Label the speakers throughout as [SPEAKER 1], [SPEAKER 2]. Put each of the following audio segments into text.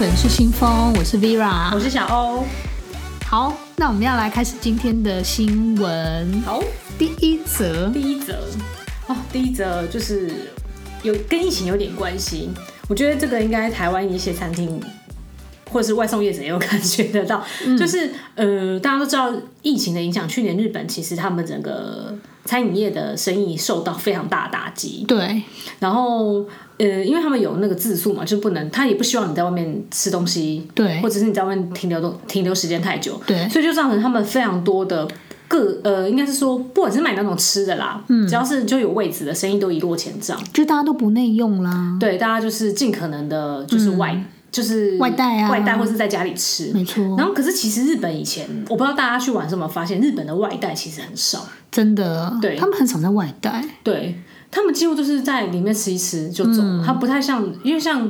[SPEAKER 1] 本是新风，我是 Vera，
[SPEAKER 2] 我是小欧。
[SPEAKER 1] 好，那我们要来开始今天的新闻。
[SPEAKER 2] 好，
[SPEAKER 1] 第一则，
[SPEAKER 2] 第一则哦，第一则就是有跟疫情有点关系，我觉得这个应该台湾一些餐厅或者是外送业者也有感觉得到，就是呃，大家都知道疫情的影响，去年日本其实他们整个餐饮业的生意受到非常大的打击，
[SPEAKER 1] 对，
[SPEAKER 2] 然后呃，因为他们有那个自诉嘛，就是不能，他也不希望你在外面吃东西，
[SPEAKER 1] 对
[SPEAKER 2] 或者是你在外面停留都停留时间太久，
[SPEAKER 1] 对
[SPEAKER 2] 所以就造成他们非常多的各呃，应该是说不管是买那种吃的啦，嗯，只要是就有位置的生意都一落千丈，
[SPEAKER 1] 就大家都不内用啦。
[SPEAKER 2] 对，大家就是尽可能的，就是外、就是
[SPEAKER 1] 嗯外带啊嗯
[SPEAKER 2] 外带或是在家里吃，
[SPEAKER 1] 没错
[SPEAKER 2] 然后可是其实日本以前，我不知道大家去玩什么，发现日本的外带其实很少，
[SPEAKER 1] 真的，
[SPEAKER 2] 对
[SPEAKER 1] 他们很少在外带。
[SPEAKER 2] 对他们几乎都是在里面吃一吃就走
[SPEAKER 1] 嗯
[SPEAKER 2] 了，他不太像，因为像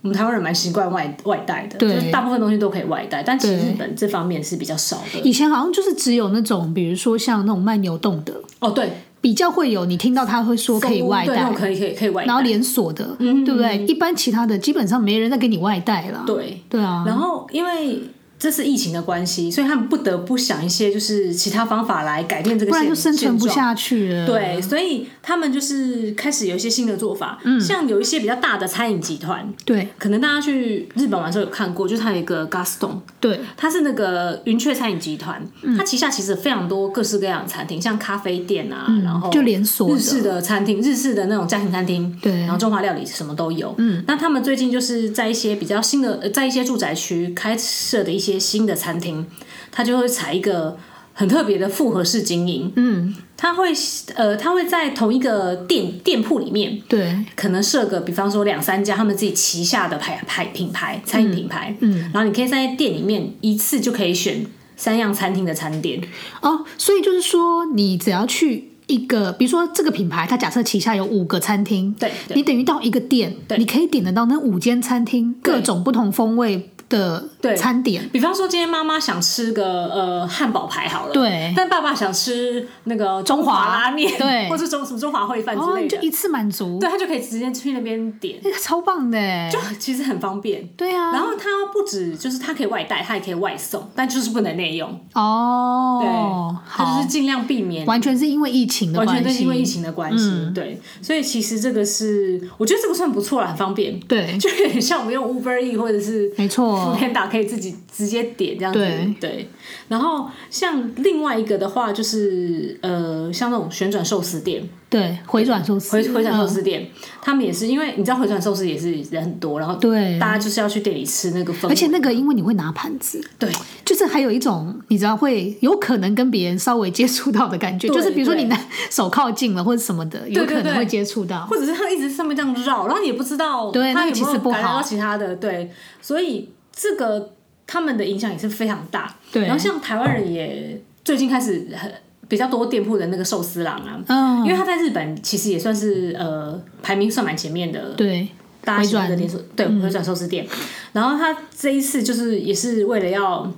[SPEAKER 2] 我们台湾人蛮习惯外外带的，
[SPEAKER 1] 对
[SPEAKER 2] 就是大部分东西都可以外带，但其实
[SPEAKER 1] 对
[SPEAKER 2] 日本这方面是比较少的。
[SPEAKER 1] 以前好像就是只有那种，比如说像那种卖牛冻的，
[SPEAKER 2] 哦，对，
[SPEAKER 1] 比较会有你听到他会说可以外
[SPEAKER 2] 对那
[SPEAKER 1] 带
[SPEAKER 2] 种，可以可以可以外
[SPEAKER 1] 然后
[SPEAKER 2] 带，嗯
[SPEAKER 1] 连锁的，对不对？一般其他的基本上没人在给你外带啦。
[SPEAKER 2] 对。
[SPEAKER 1] 对啊，
[SPEAKER 2] 然后因为这是疫情的关系，所以他们不得不想一些就是其他方法来改变这个
[SPEAKER 1] 不
[SPEAKER 2] 现，
[SPEAKER 1] 然就生存不
[SPEAKER 2] 现状
[SPEAKER 1] 下去了。
[SPEAKER 2] 对，所以他们就是开始有一些新的做法，嗯、像有一些比较大的餐饮集团，
[SPEAKER 1] 对
[SPEAKER 2] 可能大家去日本玩的时候有看过，就是它有一个 Gaston，
[SPEAKER 1] 对
[SPEAKER 2] 它是那个云雀餐饮集团，
[SPEAKER 1] 嗯
[SPEAKER 2] 它旗下其实非常多各式各样的餐厅，像咖啡店啊，然
[SPEAKER 1] 嗯
[SPEAKER 2] 后
[SPEAKER 1] 就连锁的
[SPEAKER 2] 日式的餐厅、日式的那种家庭餐厅，
[SPEAKER 1] 对
[SPEAKER 2] 然后中华料理什么都有。嗯，那他们最近就是在一些比较新的，呃在一些住宅区开设的一些新的餐厅，它就会采一个很特别的复合式经营。
[SPEAKER 1] 嗯，
[SPEAKER 2] 它会呃，它会在同一个店店铺里面，
[SPEAKER 1] 对
[SPEAKER 2] 可能设个，比方说两三家他们自己旗下的牌牌品牌餐饮品牌，嗯，然后你可以在店里面一次就可以选三样餐厅的餐点，
[SPEAKER 1] 哦，所以就是说，你只要去一个，比如说这个品牌，它假设旗下有五个餐厅，
[SPEAKER 2] 对对
[SPEAKER 1] 你等于到一个店，
[SPEAKER 2] 对
[SPEAKER 1] 你可以点得到那五间餐厅各种不同风味的
[SPEAKER 2] 对
[SPEAKER 1] 餐点，
[SPEAKER 2] 比方说今天妈妈想吃个呃汉堡排好了，
[SPEAKER 1] 对
[SPEAKER 2] 但爸爸想吃那个中华拉面，
[SPEAKER 1] 对
[SPEAKER 2] 或是中什么中华烩饭之
[SPEAKER 1] 哦，
[SPEAKER 2] 类
[SPEAKER 1] 你就
[SPEAKER 2] 的，
[SPEAKER 1] 一次满足，
[SPEAKER 2] 对，他就可以直接去那边点，
[SPEAKER 1] 哎，超棒的，
[SPEAKER 2] 就其实很方便。
[SPEAKER 1] 对啊，
[SPEAKER 2] 然后它不止就是它可以外带，它也可以外送，但就是不能内用。对，
[SPEAKER 1] 哦，
[SPEAKER 2] 它就
[SPEAKER 1] 好
[SPEAKER 2] 是，尽量避免
[SPEAKER 1] 完全是因为疫情的
[SPEAKER 2] 完全
[SPEAKER 1] 关
[SPEAKER 2] 都是
[SPEAKER 1] 系，嗯
[SPEAKER 2] 因为疫情的关系，对，所以其实这个是我觉得这个算不错了，很方便，
[SPEAKER 1] 对，
[SPEAKER 2] 就有点像我们用 Uber E 或者是
[SPEAKER 1] 没
[SPEAKER 2] 副
[SPEAKER 1] 错，
[SPEAKER 2] 片打可以自己直接点这样子，
[SPEAKER 1] 对
[SPEAKER 2] 然后像另外一个的话，就是呃，像那种旋转寿司店、
[SPEAKER 1] 对，回转寿司，
[SPEAKER 2] 回回转寿
[SPEAKER 1] 嗯，
[SPEAKER 2] 司店，他们也是因为你知道回转寿司也是人很多，然后
[SPEAKER 1] 对
[SPEAKER 2] 大家就是要去店里吃那个氛围，
[SPEAKER 1] 而且那个因为你会拿盘子，
[SPEAKER 2] 对
[SPEAKER 1] 就是还有一种你知道会有可能跟别人稍微接触到的感觉，
[SPEAKER 2] 对
[SPEAKER 1] 就是比如说
[SPEAKER 2] 对
[SPEAKER 1] 你拿手靠近了或者什么的，有
[SPEAKER 2] 对对
[SPEAKER 1] 可能会
[SPEAKER 2] 对
[SPEAKER 1] 接触到。
[SPEAKER 2] 或者是他一直上面这样绕，然后你也不知道
[SPEAKER 1] 对
[SPEAKER 2] 他
[SPEAKER 1] 那个
[SPEAKER 2] 有没
[SPEAKER 1] 其实
[SPEAKER 2] 有
[SPEAKER 1] 不
[SPEAKER 2] 感染
[SPEAKER 1] 好
[SPEAKER 2] 到其他的，对，所以这个他们的影响也是非常大。
[SPEAKER 1] 对
[SPEAKER 2] 然后像台湾人也最近开始很比较多店铺的那个寿司郎啊，
[SPEAKER 1] 嗯，
[SPEAKER 2] 因为他在日本其实也算是呃排名算蛮前面的，
[SPEAKER 1] 对，
[SPEAKER 2] 大家喜欢
[SPEAKER 1] 回转嗯
[SPEAKER 2] 的连锁对回转寿司店。然后他这一次就是也是为了要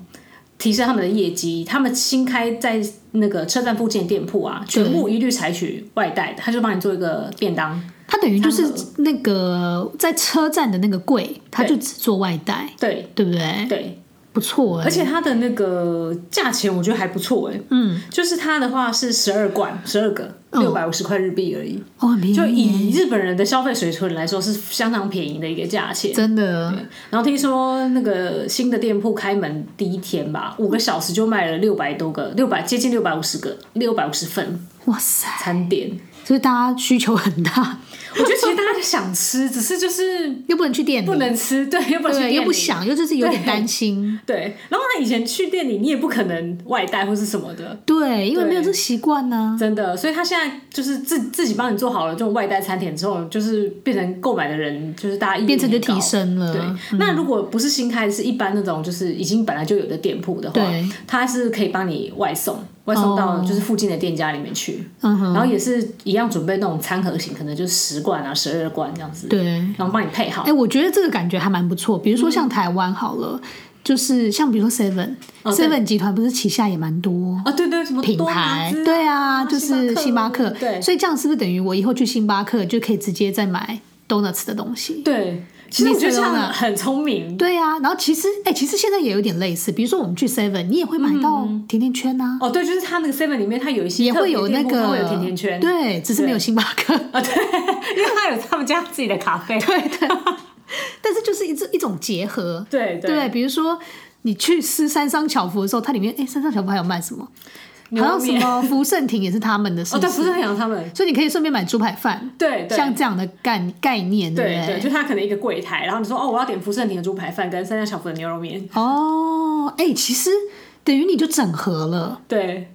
[SPEAKER 2] 提升他们的业绩，他们新开在那个车站附近的店铺啊，全部一律采取外带的，他就帮你做一个便当。
[SPEAKER 1] 它等于就是那个在车站的那个柜，它就只做外带，
[SPEAKER 2] 对
[SPEAKER 1] 对不对？
[SPEAKER 2] 对，
[SPEAKER 1] 不错哎、
[SPEAKER 2] 而且它的那个价钱我觉得还不错哎、嗯，就是它的话是十二罐，十二个，
[SPEAKER 1] 嗯
[SPEAKER 2] 六百五十块日币而已，
[SPEAKER 1] 哦，很
[SPEAKER 2] 就
[SPEAKER 1] 便宜，
[SPEAKER 2] 以日本人的消费水准来说是相当便宜的一个价钱。
[SPEAKER 1] 真的
[SPEAKER 2] 然后听说那个新的店铺开门第一天吧，五个小时就卖了六百多个，六百接近六百五十个，六百五十份
[SPEAKER 1] 哇塞，
[SPEAKER 2] 餐点。
[SPEAKER 1] 所以大家需求很 大，
[SPEAKER 2] 我觉得其实大家就想吃，只是就是
[SPEAKER 1] 又不能去店里，
[SPEAKER 2] 不能吃，对，又不能去
[SPEAKER 1] 对，又
[SPEAKER 2] 店
[SPEAKER 1] 不
[SPEAKER 2] 里
[SPEAKER 1] 想，又就是有点担心，
[SPEAKER 2] 对。然后他以前去店里，你也不可能外带或是什么的，
[SPEAKER 1] 对，因为没有这个习惯呢、
[SPEAKER 2] 真的，所以他现在就是自自己帮你做好了这种外带餐点之后，就是变成购买的人，就是大家意愿
[SPEAKER 1] 变成就
[SPEAKER 2] 很高
[SPEAKER 1] 提。升了，嗯
[SPEAKER 2] 对，那如果不是新开，是一般那种就是已经本来就有的店铺的话
[SPEAKER 1] 对，
[SPEAKER 2] 它是可以帮你外送，外送到就是附近的店家里面去，
[SPEAKER 1] 嗯哼，
[SPEAKER 2] 然后也是一样准备那种餐盒型，可能就是十罐啊、十二罐这样子，
[SPEAKER 1] 对。
[SPEAKER 2] 然后帮你配好
[SPEAKER 1] 哎、。我觉得这个感觉还蛮不错。比如说
[SPEAKER 2] 嗯
[SPEAKER 1] 像台湾好了，就是像比如说 Seven、Seven
[SPEAKER 2] 哦
[SPEAKER 1] 集团不是旗下也蛮多
[SPEAKER 2] 啊，对对，什么
[SPEAKER 1] 品
[SPEAKER 2] 多拿
[SPEAKER 1] 牌
[SPEAKER 2] 滋，
[SPEAKER 1] 对啊，就是
[SPEAKER 2] 哦星
[SPEAKER 1] 星巴克。
[SPEAKER 2] 对
[SPEAKER 1] 所以这样是不是等于我以后去星巴克就可以直接再买 donuts 的东西？
[SPEAKER 2] 对。其实我觉得这
[SPEAKER 1] Barcelona
[SPEAKER 2] 样很聪明，
[SPEAKER 1] 对呀、然后其实，哎、其实现在也有点类似，比如说我们去 Seven，你也会买到甜甜圈呐、
[SPEAKER 2] 哦，对，就是它那个 Seven 里面，它有一些
[SPEAKER 1] 也
[SPEAKER 2] 特
[SPEAKER 1] 会
[SPEAKER 2] 别
[SPEAKER 1] 有那
[SPEAKER 2] 店铺它
[SPEAKER 1] 个
[SPEAKER 2] 会有甜甜圈，
[SPEAKER 1] 对，只是没有星巴克，
[SPEAKER 2] 啊，对， 因为它有他们家自己的咖啡，
[SPEAKER 1] 对对，但是就是一种一种结合，
[SPEAKER 2] 对
[SPEAKER 1] 对，比如说你去吃三商巧福的时候，它里面哎、三商巧福还有卖什么？
[SPEAKER 2] 牛
[SPEAKER 1] 好像
[SPEAKER 2] 肉
[SPEAKER 1] 什
[SPEAKER 2] 面
[SPEAKER 1] 么福盛亭也是他们的，是
[SPEAKER 2] 哦，
[SPEAKER 1] 不
[SPEAKER 2] 对，
[SPEAKER 1] 是？
[SPEAKER 2] 不是很想他们，
[SPEAKER 1] 所以你可以顺便买猪排饭，
[SPEAKER 2] 对对。
[SPEAKER 1] 像这样的概概念，
[SPEAKER 2] 对
[SPEAKER 1] 不
[SPEAKER 2] 对，就它可能一个柜台，然后你说哦，我要点福盛亭的猪排饭跟三家小福的牛肉面，
[SPEAKER 1] 哦，哎、其实等于你就整合了，
[SPEAKER 2] 对，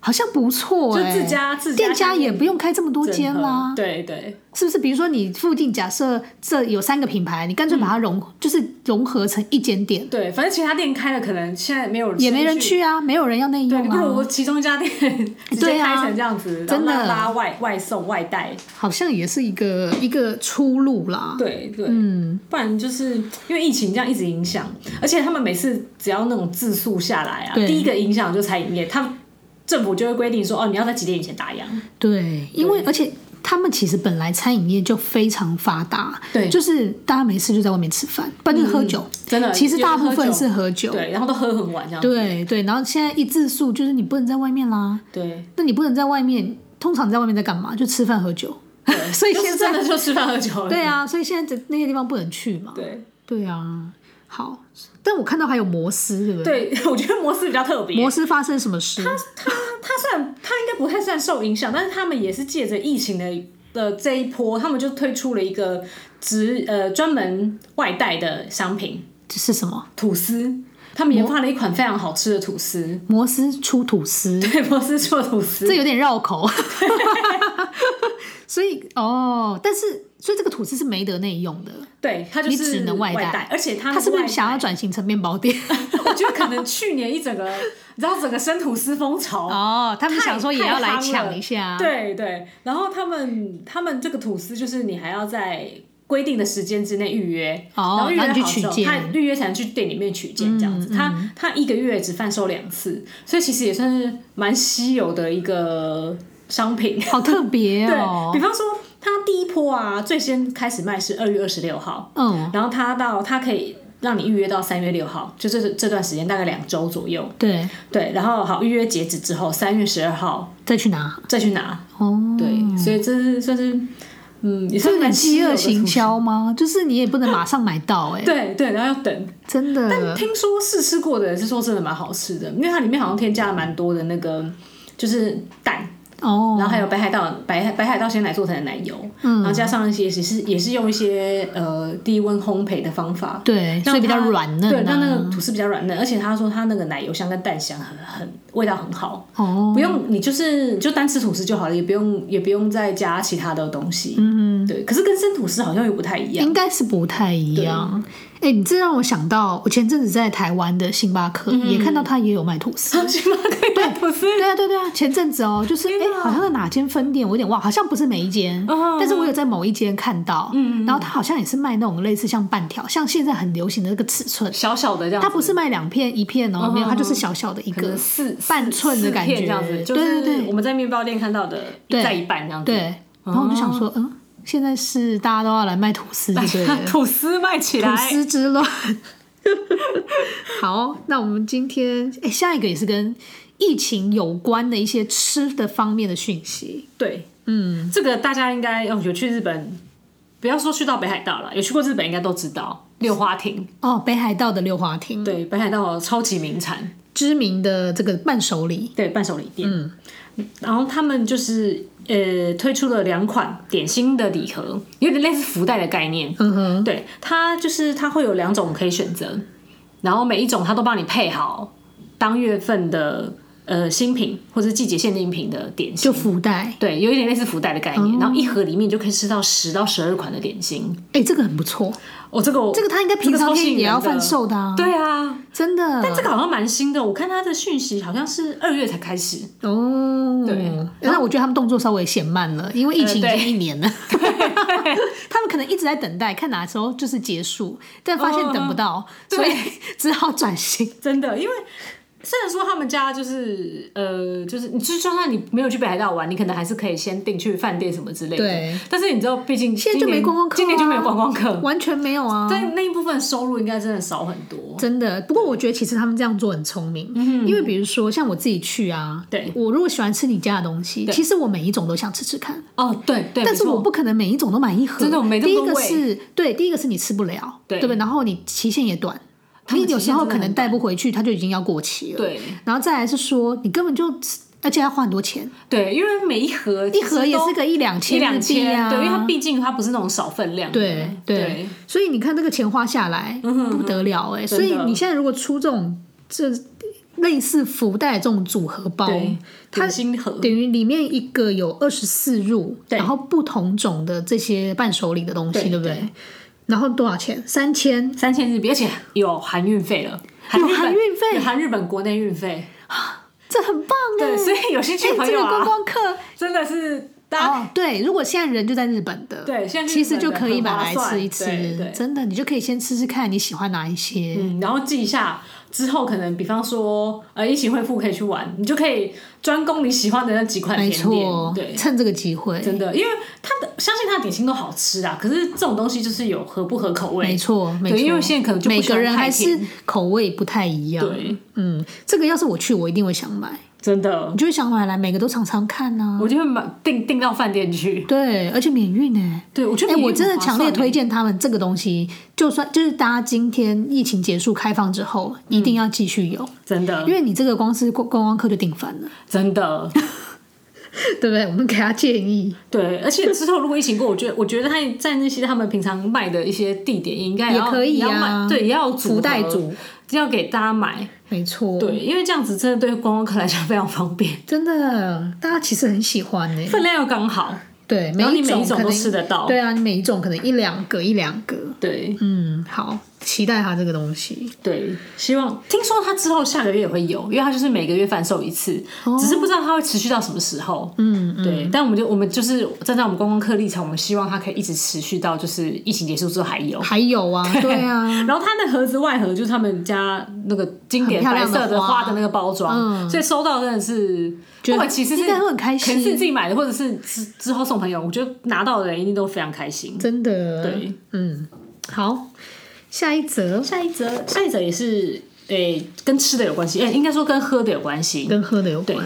[SPEAKER 1] 好像不错、
[SPEAKER 2] 就
[SPEAKER 1] 哎，
[SPEAKER 2] 自家自家
[SPEAKER 1] 店家
[SPEAKER 2] 下面
[SPEAKER 1] 也不用开这么多
[SPEAKER 2] 整
[SPEAKER 1] 间
[SPEAKER 2] 合
[SPEAKER 1] 啦，
[SPEAKER 2] 对对
[SPEAKER 1] 是不是？比如说你附近假设这有三个品牌，你
[SPEAKER 2] 嗯
[SPEAKER 1] 干脆把它融，就是融合成一间店，
[SPEAKER 2] 对，反正其他店开了，可能现在没有人
[SPEAKER 1] 也没人
[SPEAKER 2] 去，
[SPEAKER 1] 去啊，没有人要内
[SPEAKER 2] 对，你
[SPEAKER 1] 用
[SPEAKER 2] 不如
[SPEAKER 1] 啊，
[SPEAKER 2] 其中一家店直接
[SPEAKER 1] 对啊
[SPEAKER 2] 开成这样子，然
[SPEAKER 1] 真
[SPEAKER 2] 后
[SPEAKER 1] 的
[SPEAKER 2] 拉拉外外送外带，
[SPEAKER 1] 好像也是一个一个出路啦。
[SPEAKER 2] 对对，
[SPEAKER 1] 嗯，
[SPEAKER 2] 不然就是因为疫情这样一直影响，而且他们每次只要那种自述下来啊，
[SPEAKER 1] 对
[SPEAKER 2] 第一个影响就是餐饮业，他们政府就会规定说，哦，你要在几点以前打烊。
[SPEAKER 1] 对，因为而且他们其实本来餐饮业就非常发达，
[SPEAKER 2] 对嗯
[SPEAKER 1] 就是大家没事就在外面吃饭，不然就是喝酒。
[SPEAKER 2] 真的，
[SPEAKER 1] 其实大部分是
[SPEAKER 2] 有
[SPEAKER 1] 喝
[SPEAKER 2] 人喝酒
[SPEAKER 1] 酒，
[SPEAKER 2] 对，然后都喝很晚这样。
[SPEAKER 1] 对对。然后现在一自述就是你不能在外面啦，
[SPEAKER 2] 对，
[SPEAKER 1] 那你不能在外面，通常在外面在干嘛？就吃饭喝酒。 所以
[SPEAKER 2] 就
[SPEAKER 1] 现
[SPEAKER 2] 是真
[SPEAKER 1] 在
[SPEAKER 2] 的就吃饭喝酒了。
[SPEAKER 1] 对啊，所以现在这那些地方不能去嘛。
[SPEAKER 2] 对
[SPEAKER 1] 对啊，好，但我看到还有摩斯，对不对？
[SPEAKER 2] 对，我觉得摩斯比较特别。
[SPEAKER 1] 摩斯发生什么事？
[SPEAKER 2] 他他虽然嗯他应该不太算受影响，但是他们也是借着疫情的的这一波，他们就推出了一个直呃专门外带的商品
[SPEAKER 1] 这是什么？
[SPEAKER 2] 吐司。他们研发了一款非常好吃的吐司，
[SPEAKER 1] 摩斯出吐司，
[SPEAKER 2] 对， 摩斯做吐司
[SPEAKER 1] 这，有点绕口。 所以哦，但是所以这个吐司是没得内用的，
[SPEAKER 2] 对，它就是
[SPEAKER 1] 你只能外带
[SPEAKER 2] 带，而且它
[SPEAKER 1] 他是不
[SPEAKER 2] 外
[SPEAKER 1] 是
[SPEAKER 2] 带
[SPEAKER 1] 想要？转型成面包 店？
[SPEAKER 2] 我觉得可能去年一整个， 你知道整个生吐司风潮，
[SPEAKER 1] 哦，他们
[SPEAKER 2] 太
[SPEAKER 1] 想说也要来
[SPEAKER 2] 太夯
[SPEAKER 1] 抢
[SPEAKER 2] 了
[SPEAKER 1] 一下，
[SPEAKER 2] 对对，然后他们他们这个吐司就是你还要在规定的时间之内预约，
[SPEAKER 1] 哦
[SPEAKER 2] 然后预约
[SPEAKER 1] 然后
[SPEAKER 2] 好
[SPEAKER 1] 你去
[SPEAKER 2] 之后，
[SPEAKER 1] 取件嗯
[SPEAKER 2] 他预约才能去店里面取件这样子。他他一个月只贩售两次，所以其实也算是蛮稀有的一个商品。
[SPEAKER 1] 好特别
[SPEAKER 2] 对
[SPEAKER 1] 哦
[SPEAKER 2] 比。方说，他第一波啊，最先开始卖是二月二十六号，
[SPEAKER 1] 嗯，
[SPEAKER 2] 然后他到他可以让你预约到三月六号，就这这段时间大概两周左右。
[SPEAKER 1] 对，
[SPEAKER 2] 对，然后好预约截止之后，三月十二号
[SPEAKER 1] 再去拿
[SPEAKER 2] 再去拿。
[SPEAKER 1] 哦。
[SPEAKER 2] 对，所以这是算是，嗯，也
[SPEAKER 1] 这有
[SPEAKER 2] 算是蛮
[SPEAKER 1] 点
[SPEAKER 2] 稀
[SPEAKER 1] 饥
[SPEAKER 2] 有
[SPEAKER 1] 饿
[SPEAKER 2] 的
[SPEAKER 1] 行
[SPEAKER 2] 图片。
[SPEAKER 1] 销吗？就是你也不能马上买到，哎，
[SPEAKER 2] 对对，然后要等。
[SPEAKER 1] 真的。
[SPEAKER 2] 但听说试吃过的人是说真的蛮好吃的，因为它里面好像添加了蛮多的那个，就是蛋，
[SPEAKER 1] 哦，
[SPEAKER 2] 然后还有北海道白白海道鲜奶做成的奶油，
[SPEAKER 1] 嗯
[SPEAKER 2] 然后加上一些也是也是用一些呃低温烘焙的方法，
[SPEAKER 1] 对，
[SPEAKER 2] 让
[SPEAKER 1] 所以比较
[SPEAKER 2] 它
[SPEAKER 1] 软嫩、啊。
[SPEAKER 2] 对，让那个吐司比较软嫩，而且他说他那个奶油香跟蛋香很很味道很好，
[SPEAKER 1] 哦，
[SPEAKER 2] 不用你就是就单吃吐司就好了，也不用也不用再加其他的东西。嗯，对。可是跟生吐司好像又不太一样。
[SPEAKER 1] 应该是不太一样。哎、你这让我想到，我前阵子在台湾的星巴克、
[SPEAKER 2] 嗯
[SPEAKER 1] 也看到它也有卖吐司。
[SPEAKER 2] 星巴克对吐司，
[SPEAKER 1] 对啊，对对啊，前阵子哦，就是哎、好像在哪间分店，我有点忘，好像不是每一间，
[SPEAKER 2] 啊嗯
[SPEAKER 1] 但是我有在某一间看到，嗯，然后它好像也是卖那种类似像半条，像现在很流行的那个尺寸，
[SPEAKER 2] 小小的这样子，
[SPEAKER 1] 它不是卖两片一片
[SPEAKER 2] 嗯
[SPEAKER 1] 哦，没有，它就是小小的一
[SPEAKER 2] 可能
[SPEAKER 1] 个，
[SPEAKER 2] 四
[SPEAKER 1] 半寸的感觉
[SPEAKER 2] 四片这样子，就
[SPEAKER 1] 对对
[SPEAKER 2] 是
[SPEAKER 1] 对
[SPEAKER 2] 我们在面包店看到的，
[SPEAKER 1] 对
[SPEAKER 2] 在一半这样子。
[SPEAKER 1] 对，然后我就想说，嗯，现在是大家都要来卖吐司，对不 对了？
[SPEAKER 2] 吐司卖起来
[SPEAKER 1] 吐，司之乱。 好，那我们今天哎、诶下一个也是跟疫情有关的一些吃的方面的讯息。
[SPEAKER 2] 对，
[SPEAKER 1] 嗯，
[SPEAKER 2] 这个大家应该哦有去日本，不要说去到北海道了，有去过日本应该都知道六花亭，
[SPEAKER 1] 哦，北海道的六花亭，
[SPEAKER 2] 对，北海道超级名产。
[SPEAKER 1] 知名的这个伴手礼，
[SPEAKER 2] 对伴手礼店。
[SPEAKER 1] 嗯
[SPEAKER 2] 然后他们就是呃推出了两款点心的礼盒，有点类似福袋的概念。
[SPEAKER 1] 嗯哼，
[SPEAKER 2] 对，它就是它会有两种可以选择，然后每一种它都帮你配好当月份的呃新品或者季节限定品的点
[SPEAKER 1] 就
[SPEAKER 2] 心。
[SPEAKER 1] 哦福袋，
[SPEAKER 2] 对，有一点类似福袋的概念，然后一盒里面就可以吃到十到十二款的点心。
[SPEAKER 1] 哎、这个很不错，
[SPEAKER 2] 哦，这个我
[SPEAKER 1] 这个它应该平常天也要贩。售嗯的啊，
[SPEAKER 2] 这个超吸引人的对啊，
[SPEAKER 1] 真的。
[SPEAKER 2] 但这个好像蛮新的，我看它的讯息好像是二月才开始。
[SPEAKER 1] 哦，
[SPEAKER 2] 对
[SPEAKER 1] 那我觉得他们动作稍微显慢了，因为疫情已
[SPEAKER 2] 呃
[SPEAKER 1] 经
[SPEAKER 2] 对
[SPEAKER 1] 一年 了，他们可能一直在等待，看哪时候
[SPEAKER 2] 嗯
[SPEAKER 1] 就是结束，但发现等不到，所以只好转型。
[SPEAKER 2] 真的，因为虽然说他们家就是呃，就是你就是就算你没有去北海道玩，你可能还是可以先订去饭店什么之类的。
[SPEAKER 1] 对。
[SPEAKER 2] 但是你知道，毕竟
[SPEAKER 1] 现在就
[SPEAKER 2] 今年
[SPEAKER 1] 没观光客啊
[SPEAKER 2] 今年就没有观光客，
[SPEAKER 1] 完全没有啊。
[SPEAKER 2] 但那一部分收入应该真的少很多。
[SPEAKER 1] 真的，不过我觉得其实他们这样做很聪明，因为比如说像我自己去啊，
[SPEAKER 2] 嗯对
[SPEAKER 1] 我如果喜欢吃你家的东西，其实我每一种都想吃吃看，
[SPEAKER 2] 哦，对对，
[SPEAKER 1] 但是
[SPEAKER 2] 没错
[SPEAKER 1] 我不可能每一种都买一盒。
[SPEAKER 2] 真的我没这
[SPEAKER 1] 第
[SPEAKER 2] 么
[SPEAKER 1] 一个
[SPEAKER 2] 多胃
[SPEAKER 1] 是对，第一个是你吃不了，
[SPEAKER 2] 对
[SPEAKER 1] 不对？然后你期限也短，
[SPEAKER 2] 他们
[SPEAKER 1] 你有时
[SPEAKER 2] 期限
[SPEAKER 1] 候
[SPEAKER 2] 真的
[SPEAKER 1] 可能
[SPEAKER 2] 很
[SPEAKER 1] 带不回去，它就已经要过期了。，
[SPEAKER 2] 对
[SPEAKER 1] 然后再来是说你根本就，而且要花很多钱，
[SPEAKER 2] 对，因为每一盒
[SPEAKER 1] 一盒也是个一两
[SPEAKER 2] 一
[SPEAKER 1] 千
[SPEAKER 2] 两
[SPEAKER 1] 日币
[SPEAKER 2] 千，
[SPEAKER 1] 啊，
[SPEAKER 2] 对，因为它毕竟它不是那种少分量的。
[SPEAKER 1] 对
[SPEAKER 2] 对嗯
[SPEAKER 1] 对，所以你看这个钱花下来不得了哎、所以
[SPEAKER 2] 真的
[SPEAKER 1] 你现在如果出这种这类似福袋这种组合包，
[SPEAKER 2] 对，它心盒
[SPEAKER 1] 等于里面一个有二十四入，
[SPEAKER 2] 对
[SPEAKER 1] 然后不同种的这些伴手礼的东西，
[SPEAKER 2] 对
[SPEAKER 1] 对不
[SPEAKER 2] 对
[SPEAKER 1] 对？然后多少钱？三 千，
[SPEAKER 2] 三千日币，而且有含运费了，含
[SPEAKER 1] 有
[SPEAKER 2] 日本
[SPEAKER 1] 含运费
[SPEAKER 2] 有含日本国内运费。
[SPEAKER 1] 这很棒哎、
[SPEAKER 2] 对，所以有兴趣的
[SPEAKER 1] 哎
[SPEAKER 2] 欸朋
[SPEAKER 1] 这
[SPEAKER 2] 友
[SPEAKER 1] 个
[SPEAKER 2] 啊，
[SPEAKER 1] 观光客。
[SPEAKER 2] 真的是大家
[SPEAKER 1] 哦，对，如果现在人就在日本的，
[SPEAKER 2] 对现在去
[SPEAKER 1] 其
[SPEAKER 2] 日本
[SPEAKER 1] 实就
[SPEAKER 2] 的
[SPEAKER 1] 可以
[SPEAKER 2] 很
[SPEAKER 1] 买
[SPEAKER 2] 划
[SPEAKER 1] 来
[SPEAKER 2] 算
[SPEAKER 1] 吃一吃
[SPEAKER 2] 对对，
[SPEAKER 1] 真的，你就可以先吃吃看你喜欢哪一些。
[SPEAKER 2] 嗯，然后记一下，之后可能比方说，呃，一起恢复可以去玩，你就可以专攻你喜欢的那几款
[SPEAKER 1] 没
[SPEAKER 2] 甜
[SPEAKER 1] 错
[SPEAKER 2] 点。，对，
[SPEAKER 1] 趁这个机会，
[SPEAKER 2] 真的，因为它的相信它的点心都好吃啊，可是这种东西就是有合不合口味。
[SPEAKER 1] 没错，没错，
[SPEAKER 2] 因为现在可能就不
[SPEAKER 1] 每
[SPEAKER 2] 喜欢
[SPEAKER 1] 个人
[SPEAKER 2] 太
[SPEAKER 1] 还是
[SPEAKER 2] 甜
[SPEAKER 1] 口味不太一样。
[SPEAKER 2] 对，
[SPEAKER 1] 嗯，这个要是我去，我一定会想买，
[SPEAKER 2] 真的
[SPEAKER 1] 你，就会想买来每个都尝尝看呐、
[SPEAKER 2] 我就会买订订到饭店去。
[SPEAKER 1] 对，而且免运哎、
[SPEAKER 2] 对，我觉
[SPEAKER 1] 欸，
[SPEAKER 2] 得
[SPEAKER 1] 哎、
[SPEAKER 2] 免
[SPEAKER 1] 我
[SPEAKER 2] 运
[SPEAKER 1] 真的
[SPEAKER 2] 很划
[SPEAKER 1] 强烈
[SPEAKER 2] 算欸
[SPEAKER 1] 推荐他们这个东西，就算就是大家今天疫情结束开放之后，
[SPEAKER 2] 嗯
[SPEAKER 1] 一定要继续有，
[SPEAKER 2] 真的
[SPEAKER 1] 因为你这个光是观观光客就顶翻了，
[SPEAKER 2] 真的，
[SPEAKER 1] 对不对？我们给他建议，
[SPEAKER 2] 对，而且之后如果疫情过，我觉得我觉得他在那些他们平常卖的一些地点，应该也要
[SPEAKER 1] 也可以
[SPEAKER 2] 也要
[SPEAKER 1] 啊
[SPEAKER 2] 买，对，也要 有
[SPEAKER 1] 福袋
[SPEAKER 2] 组
[SPEAKER 1] 组
[SPEAKER 2] 合，要给大家买，
[SPEAKER 1] 没错，
[SPEAKER 2] 对，，因为这样子真的对观光客来讲非常方便，
[SPEAKER 1] 真的，大家其实很喜欢哎、
[SPEAKER 2] 分量又刚好，
[SPEAKER 1] 对，每
[SPEAKER 2] 然后你
[SPEAKER 1] 一
[SPEAKER 2] 每
[SPEAKER 1] 种
[SPEAKER 2] 一种
[SPEAKER 1] 可
[SPEAKER 2] 都
[SPEAKER 1] 能
[SPEAKER 2] 吃得到，
[SPEAKER 1] 对啊，你每一种可能一两个一两个，
[SPEAKER 2] 对
[SPEAKER 1] 嗯，好，期待它这个东西。
[SPEAKER 2] 对，希望听说他之后下个月也会有，因为他就是每个月贩售一次，只是不知道他会持续到什么时候。
[SPEAKER 1] 哦嗯，
[SPEAKER 2] 对，但我们就我们就是站在我们观光客立场，我们希望它可以一直持续到就是疫情结束之后还有。
[SPEAKER 1] 还有 啊，对啊，
[SPEAKER 2] 然后它的盒子外盒就是他们家那个经典
[SPEAKER 1] 很漂
[SPEAKER 2] 白
[SPEAKER 1] 亮的
[SPEAKER 2] 色的
[SPEAKER 1] 花
[SPEAKER 2] 花的那个包装，
[SPEAKER 1] 嗯
[SPEAKER 2] 所以收到真的是，
[SPEAKER 1] 觉
[SPEAKER 2] 不
[SPEAKER 1] 得
[SPEAKER 2] 管其实是
[SPEAKER 1] 应该会很开心
[SPEAKER 2] 可能是自己买的，或者是之之后送朋友，我觉得拿到的人一定都非常开心。
[SPEAKER 1] 真的，
[SPEAKER 2] 对，
[SPEAKER 1] 嗯，好，下一则
[SPEAKER 2] 下一则，下一则也是诶、跟吃的有关系，诶、应该说跟喝的有关系。
[SPEAKER 1] 跟喝的有关，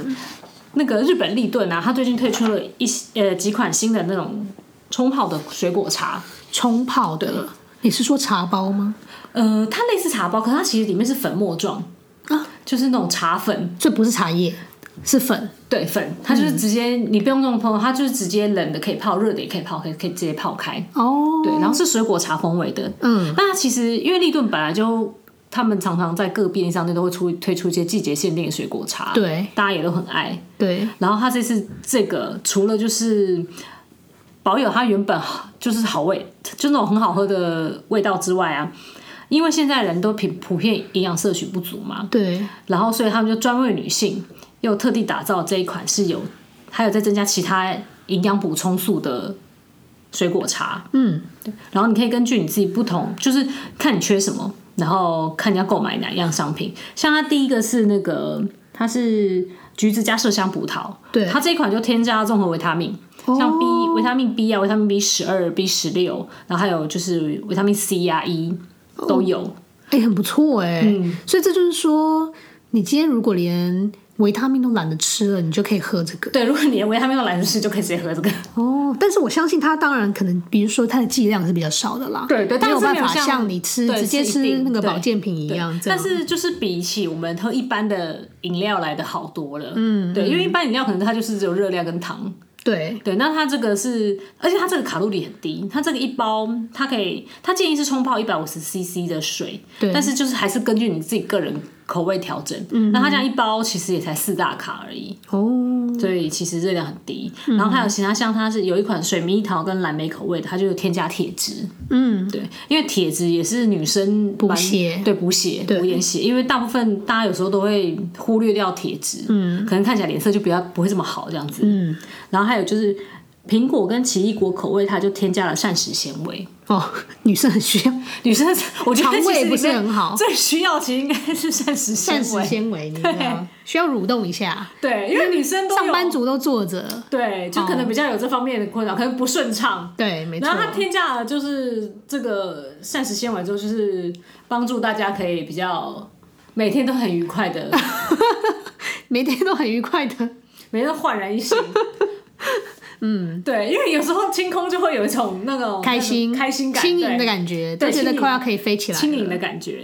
[SPEAKER 2] 那个日本立顿啊，它最近推出了一些呃几款新的那种冲泡的水果茶，
[SPEAKER 1] 冲泡的，你是说茶包吗？
[SPEAKER 2] 呃，它类似茶包，可它其实里面是粉末状
[SPEAKER 1] 啊，
[SPEAKER 2] 就是那种茶粉，
[SPEAKER 1] 这不是茶叶，是粉，
[SPEAKER 2] 对粉，它就是
[SPEAKER 1] 嗯
[SPEAKER 2] 直接、你不用弄泡，它就是直接冷的可以泡，热的也可以泡，可以可以直接泡开。
[SPEAKER 1] 哦，
[SPEAKER 2] 对，然后是水果茶风味的。
[SPEAKER 1] 嗯，
[SPEAKER 2] 那它其实因为立顿本来就他们常常在各便利商店都会出推出一些季节限定的水果茶，，
[SPEAKER 1] 对
[SPEAKER 2] 大家也都很爱。
[SPEAKER 1] 对，
[SPEAKER 2] 然后它这次这个除了就是保有它原本就是好味，就那种很好喝的味道之外啊，因为现在人都普普遍营养摄取不足嘛，
[SPEAKER 1] 对，
[SPEAKER 2] 然后所以他们就专为女性又特地打造这一款是有，还有再增加其他营养补充素的水果茶，
[SPEAKER 1] 嗯，
[SPEAKER 2] 然后你可以根据你自己不同，就是看你缺什么，然后看你要购买哪一样商品。像它第一个是那个，它是橘子加麝香葡萄，
[SPEAKER 1] 对
[SPEAKER 2] 它这一款就添加了综合维他命，像 B、维他命 B 啊、维他命 B 十二、B 十六，然后还有就是维他命 C 啊、E 都有。
[SPEAKER 1] 哎，很不错哎，
[SPEAKER 2] 嗯
[SPEAKER 1] 所以这就是说，你今天如果连维他命都懒得吃了，你就可以喝这个。
[SPEAKER 2] 对，如果你连维他命都懒得吃，就可以直接喝这个。
[SPEAKER 1] 哦，但是我相信它当然可能，比如说它的剂量是比较少的啦，
[SPEAKER 2] 对对但
[SPEAKER 1] 没有
[SPEAKER 2] 是没
[SPEAKER 1] 办
[SPEAKER 2] 有
[SPEAKER 1] 法
[SPEAKER 2] 像
[SPEAKER 1] 像你吃
[SPEAKER 2] 对
[SPEAKER 1] 直接
[SPEAKER 2] 是一
[SPEAKER 1] 吃
[SPEAKER 2] 定
[SPEAKER 1] 那个
[SPEAKER 2] 对
[SPEAKER 1] 保健品一样这
[SPEAKER 2] 但
[SPEAKER 1] 样。
[SPEAKER 2] 是就是比起我们喝一般的饮料来的好多了。嗯，对，因为一般饮料可能它就是只有热量跟糖。
[SPEAKER 1] 对，
[SPEAKER 2] 对，那它这个是，而且它这个卡路里很低，它这个一包，它可以，它建议是冲泡一百五十 CC 的水，
[SPEAKER 1] 对
[SPEAKER 2] 但是就是还是根据你自己个人口味调整。嗯，那它这样一包其实也才四大卡而已，
[SPEAKER 1] 哦，
[SPEAKER 2] 所以其实热量很低。
[SPEAKER 1] 嗯
[SPEAKER 2] 然后还有其他像它是有一款水蜜桃跟蓝莓口味的，它就有添加铁质，
[SPEAKER 1] 嗯，
[SPEAKER 2] 对，因为铁质也是女生补
[SPEAKER 1] 血
[SPEAKER 2] 对补血补眼血，因为大部分大家有时候都会忽略掉铁质，嗯，可能看起来脸色就比较不会这么好这样子，嗯，然后还有就是苹果跟奇异果口味，它就添加了膳食纤维。
[SPEAKER 1] 哦， 女生很需要
[SPEAKER 2] 女生， 我觉得
[SPEAKER 1] 肠胃
[SPEAKER 2] 其实
[SPEAKER 1] 不是
[SPEAKER 2] 里面
[SPEAKER 1] 很好
[SPEAKER 2] 最需要其实应该是膳食纤
[SPEAKER 1] 膳
[SPEAKER 2] 维。
[SPEAKER 1] 食纤维，你知道吗 需要蠕动一下。
[SPEAKER 2] 对，因为女生都有
[SPEAKER 1] 上班族哦都坐着，
[SPEAKER 2] 对，就可能比较有这方面的困扰，可能不顺畅。
[SPEAKER 1] 对，没错
[SPEAKER 2] 然后。它添加了就是这个膳食纤维之后，就是帮助大家可以比较每天都很愉快 的，
[SPEAKER 1] 每天都很愉快
[SPEAKER 2] 哦
[SPEAKER 1] 的，
[SPEAKER 2] 每天都焕然一 新。嗯，对，因为有时候清空就会有一种那种
[SPEAKER 1] 开心、
[SPEAKER 2] 那种开心感、
[SPEAKER 1] 轻盈的
[SPEAKER 2] 对
[SPEAKER 1] 感觉，
[SPEAKER 2] 对
[SPEAKER 1] 都觉得
[SPEAKER 2] 轻盈
[SPEAKER 1] 快要可以飞起来
[SPEAKER 2] 轻
[SPEAKER 1] 了。
[SPEAKER 2] 盈的感 觉。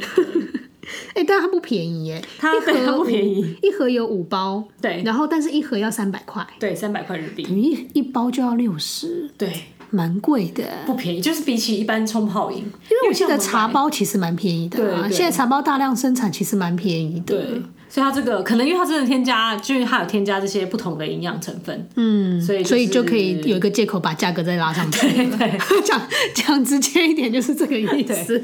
[SPEAKER 1] 哎、但它不便宜耶，
[SPEAKER 2] 它
[SPEAKER 1] 一盒
[SPEAKER 2] 对它不
[SPEAKER 1] 五
[SPEAKER 2] 便宜，
[SPEAKER 1] 一盒有五包，
[SPEAKER 2] 对
[SPEAKER 1] 然后但是一盒要三百块，
[SPEAKER 2] 对，三百块日币，
[SPEAKER 1] 等于一一包就要六十，
[SPEAKER 2] 对，
[SPEAKER 1] 蛮贵的。
[SPEAKER 2] 不便宜，就是比起一般冲泡饮，
[SPEAKER 1] 因为我记
[SPEAKER 2] 像
[SPEAKER 1] 得
[SPEAKER 2] 们
[SPEAKER 1] 茶
[SPEAKER 2] 买
[SPEAKER 1] 包其实蛮便宜的、啊，
[SPEAKER 2] 对对
[SPEAKER 1] 现在茶包大量生产，其实蛮便宜的。
[SPEAKER 2] 对，所以它这个可能因为它真的添加，就是它有添加这些不同的营养成分，
[SPEAKER 1] 嗯，
[SPEAKER 2] 所以就是
[SPEAKER 1] 所以就可以 有一个借口把价格再拉上去。 讲讲直接一点，就是这个意思。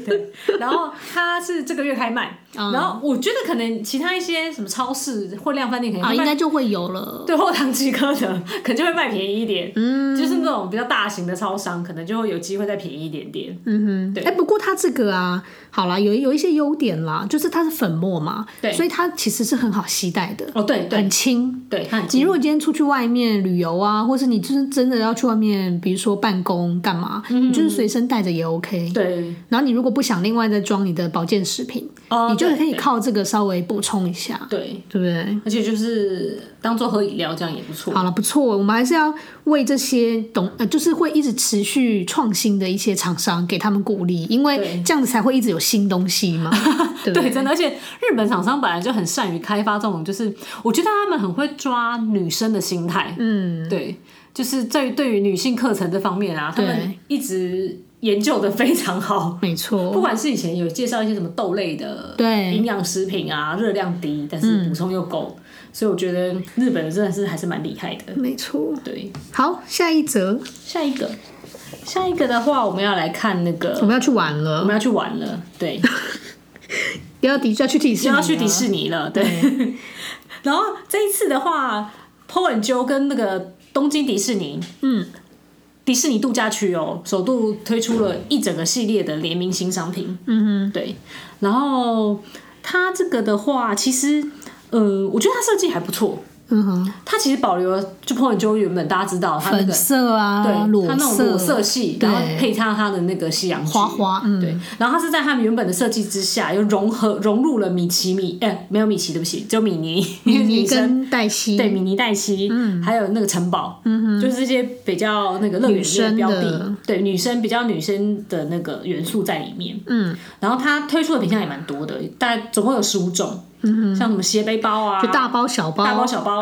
[SPEAKER 2] 然后它是这个月开卖，
[SPEAKER 1] 嗯
[SPEAKER 2] 然后我觉得可能其他一些什么超市或量贩店可能
[SPEAKER 1] 啊，
[SPEAKER 2] 会
[SPEAKER 1] 应
[SPEAKER 2] 卖
[SPEAKER 1] 该就会有了。
[SPEAKER 2] 对后堂吉诃德可能就会卖便宜一点，嗯，就是那种比较大型的超商，可能就会有机会再便宜一点点，
[SPEAKER 1] 嗯哼，
[SPEAKER 2] 对
[SPEAKER 1] 哎，不过它这个啊，好啦，有有一些优点啦，就是它是粉末嘛，
[SPEAKER 2] 对
[SPEAKER 1] 所以它其实是很好携带的，
[SPEAKER 2] 哦，对对
[SPEAKER 1] 很轻，
[SPEAKER 2] 对，它很
[SPEAKER 1] 你
[SPEAKER 2] 轻
[SPEAKER 1] 如果今天出去外面旅游啊，或是你就是真的要去外面，比如说办公干嘛，
[SPEAKER 2] 嗯
[SPEAKER 1] 你就是随身带着也 OK。
[SPEAKER 2] 对
[SPEAKER 1] 然后你如果不想另外再装你的保健食品，
[SPEAKER 2] 哦
[SPEAKER 1] 你就
[SPEAKER 2] 对
[SPEAKER 1] 可以靠这个稍微补充一下，
[SPEAKER 2] 对，
[SPEAKER 1] 对不对？
[SPEAKER 2] 而且就是当做喝饮料这样也不错，
[SPEAKER 1] 好了，不错，我们还是要为这些懂呃，就是会一直持续创新的一些厂商给他们鼓励，因为
[SPEAKER 2] 对
[SPEAKER 1] 这样子才会一直有新东西 嘛，对不对？
[SPEAKER 2] 对，真的，而且日本厂商本来就很善于开发这种，就是我觉得他们很会抓女生的心态，
[SPEAKER 1] 嗯，
[SPEAKER 2] 对，就是在于对于女性课程这方面啊，他
[SPEAKER 1] 对
[SPEAKER 2] 们一直研究的非常好。
[SPEAKER 1] 没
[SPEAKER 2] 不
[SPEAKER 1] 错，
[SPEAKER 2] 管是以前有介绍一些什么豆类的
[SPEAKER 1] 对嗯
[SPEAKER 2] 营养食品啊，热量低，但是补充又够，所以我觉得日本人真的是还是蛮厉害的。
[SPEAKER 1] 没错。
[SPEAKER 2] 对，
[SPEAKER 1] 好，下一则
[SPEAKER 2] 下一个，下一个的话，我们要来看那
[SPEAKER 1] 我
[SPEAKER 2] 个，
[SPEAKER 1] 们要去玩
[SPEAKER 2] 我
[SPEAKER 1] 了，
[SPEAKER 2] 们要去玩了，对，
[SPEAKER 1] 要迪要去迪士尼，
[SPEAKER 2] 就要去迪士尼了，对。 然后这一次的话 p o and Joe 跟那个东京迪士尼，
[SPEAKER 1] 嗯，
[SPEAKER 2] 迪士尼度假区哦，首度推出了一整个系列的联名新商品，
[SPEAKER 1] 嗯
[SPEAKER 2] 对。然后它这个的话，其实，嗯，我觉得它设计还不错。
[SPEAKER 1] 哼，嗯哼，
[SPEAKER 2] 它其实保留了就 p o and Joe 原本大家知道它那
[SPEAKER 1] 粉
[SPEAKER 2] 个
[SPEAKER 1] 色啊，
[SPEAKER 2] 对，它
[SPEAKER 1] 裸
[SPEAKER 2] 那种
[SPEAKER 1] 色、
[SPEAKER 2] 裸色系，
[SPEAKER 1] 对
[SPEAKER 2] 然后配上它的那个西洋
[SPEAKER 1] 花
[SPEAKER 2] 花
[SPEAKER 1] 花，嗯，
[SPEAKER 2] 对，然后它是在他们原本的设计之下，又融合融入了米奇米，哎、没有米奇，对不起，只有米妮，
[SPEAKER 1] 米妮
[SPEAKER 2] 女生
[SPEAKER 1] 跟黛西，
[SPEAKER 2] 对米妮黛西，嗯，还有那个城堡，嗯就是这些比较那个乐园里面的标
[SPEAKER 1] 女生的
[SPEAKER 2] 的，对女生比较女生的那个元素在里面，
[SPEAKER 1] 嗯，
[SPEAKER 2] 然后它推出的品相也蛮多的，大概总共有十五种，嗯像什么斜背包啊，
[SPEAKER 1] 就大包小包，
[SPEAKER 2] 大包小 包。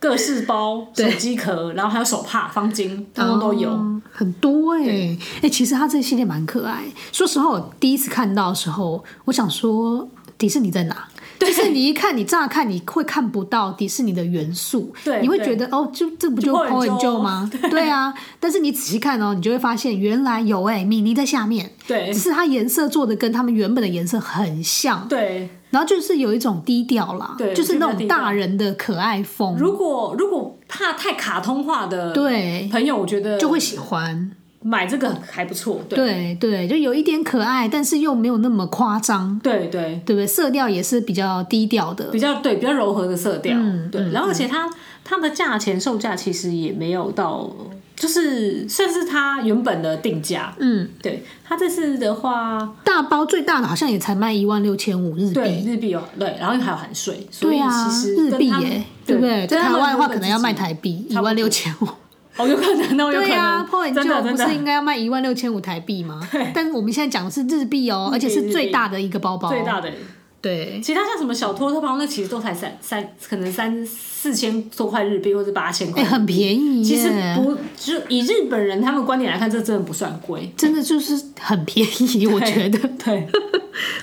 [SPEAKER 2] 各式包、手机壳，然后还有手帕、方巾，通通都有。
[SPEAKER 1] 哦很多哎、欸、哎、其实它这个系列蛮可爱。说实话，我第一次看到的时候，我想说迪士尼在哪？就是你一看，你乍看你会看不到迪士尼的元素，
[SPEAKER 2] 对
[SPEAKER 1] 你会
[SPEAKER 2] 对
[SPEAKER 1] 觉得哦，就这不就
[SPEAKER 2] 就
[SPEAKER 1] p
[SPEAKER 2] Po
[SPEAKER 1] o
[SPEAKER 2] and
[SPEAKER 1] and
[SPEAKER 2] Joe
[SPEAKER 1] Joe 吗？对啊，但是你仔细看哦，你就会发现原来有哎、米妮在下面，
[SPEAKER 2] 对
[SPEAKER 1] 只是它颜色做的跟他们原本的颜色很像，
[SPEAKER 2] 对，
[SPEAKER 1] 然后就是有一种低调啦，
[SPEAKER 2] 对
[SPEAKER 1] 就是那
[SPEAKER 2] 我
[SPEAKER 1] 种
[SPEAKER 2] 觉得低调
[SPEAKER 1] 大人的可爱风，
[SPEAKER 2] 如果如果怕太卡通化的
[SPEAKER 1] 对，
[SPEAKER 2] 朋友，我觉得
[SPEAKER 1] 就会喜欢。
[SPEAKER 2] 买这个还不错。对
[SPEAKER 1] 对对，就有一点可爱，但是又没有那么夸张，
[SPEAKER 2] 对对，
[SPEAKER 1] 对不对？色调也是比较低调的
[SPEAKER 2] 比，较对比较柔和的色调。
[SPEAKER 1] 嗯
[SPEAKER 2] 对，然后而且它它的价钱售价其实也没有到，就是算是它原本的定价。
[SPEAKER 1] 嗯，
[SPEAKER 2] 对，它这次的话，
[SPEAKER 1] 大包最大的好像也才卖一万六千五日
[SPEAKER 2] 对
[SPEAKER 1] 币，
[SPEAKER 2] 日币哦，对，然后还有含税，所
[SPEAKER 1] 对
[SPEAKER 2] 以
[SPEAKER 1] 啊
[SPEAKER 2] 其，实
[SPEAKER 1] 日
[SPEAKER 2] 跟
[SPEAKER 1] 币
[SPEAKER 2] 他们
[SPEAKER 1] 耶，对不对？在
[SPEAKER 2] 跟他
[SPEAKER 1] 台
[SPEAKER 2] 们
[SPEAKER 1] 湾的话，
[SPEAKER 2] 原本
[SPEAKER 1] 可能
[SPEAKER 2] 自
[SPEAKER 1] 要
[SPEAKER 2] 己
[SPEAKER 1] 卖台币一
[SPEAKER 2] 差不多
[SPEAKER 1] 万六千 五。
[SPEAKER 2] 哦，有可能哦，有可
[SPEAKER 1] 对
[SPEAKER 2] 能，
[SPEAKER 1] 啊 p o and
[SPEAKER 2] 真的
[SPEAKER 1] Joe
[SPEAKER 2] 真
[SPEAKER 1] 不是
[SPEAKER 2] 的
[SPEAKER 1] 应该要卖一万六千五台币吗？但我们现在讲的是日币哦，而且
[SPEAKER 2] 日
[SPEAKER 1] 是
[SPEAKER 2] 币
[SPEAKER 1] 最大的一个包包，
[SPEAKER 2] 最大的。
[SPEAKER 1] 对。
[SPEAKER 2] 其他像什么小托特包，那其实都才三三，可能三四千多块日币，或者八千
[SPEAKER 1] 哎、
[SPEAKER 2] 块。
[SPEAKER 1] 很便宜耶！
[SPEAKER 2] 其实不，就以日本人他们观点来看，这真的不算贵。
[SPEAKER 1] 真的就是很便宜，我觉得。
[SPEAKER 2] 对，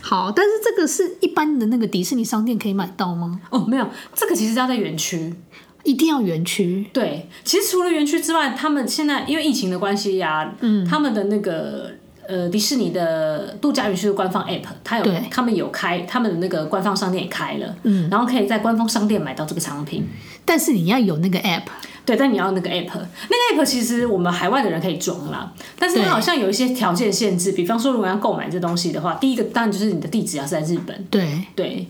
[SPEAKER 1] 好，但是这个是一般的那个迪士尼商店可以买到吗？
[SPEAKER 2] 哦，没有，这个其实要在园区。
[SPEAKER 1] 一定要园区
[SPEAKER 2] 对，其实除了园区之外，他们现在因为疫情的关系呀、嗯，他们的那个呃迪士尼的度假园区的官方 app，它有
[SPEAKER 1] 对
[SPEAKER 2] 他们有开，他们的那个官方商店也开了，嗯，然后可以在官方商店买到这个商品。
[SPEAKER 1] 但是你要有那个 app，
[SPEAKER 2] 对，但你要那个 app，那个 app 其实我们海外的人可以装啦，但是它
[SPEAKER 1] 对
[SPEAKER 2] 好像有一些条件限制，比方说如果要购买这东西的话，第一个当然就是你的地址要是在日本，
[SPEAKER 1] 对，
[SPEAKER 2] 对，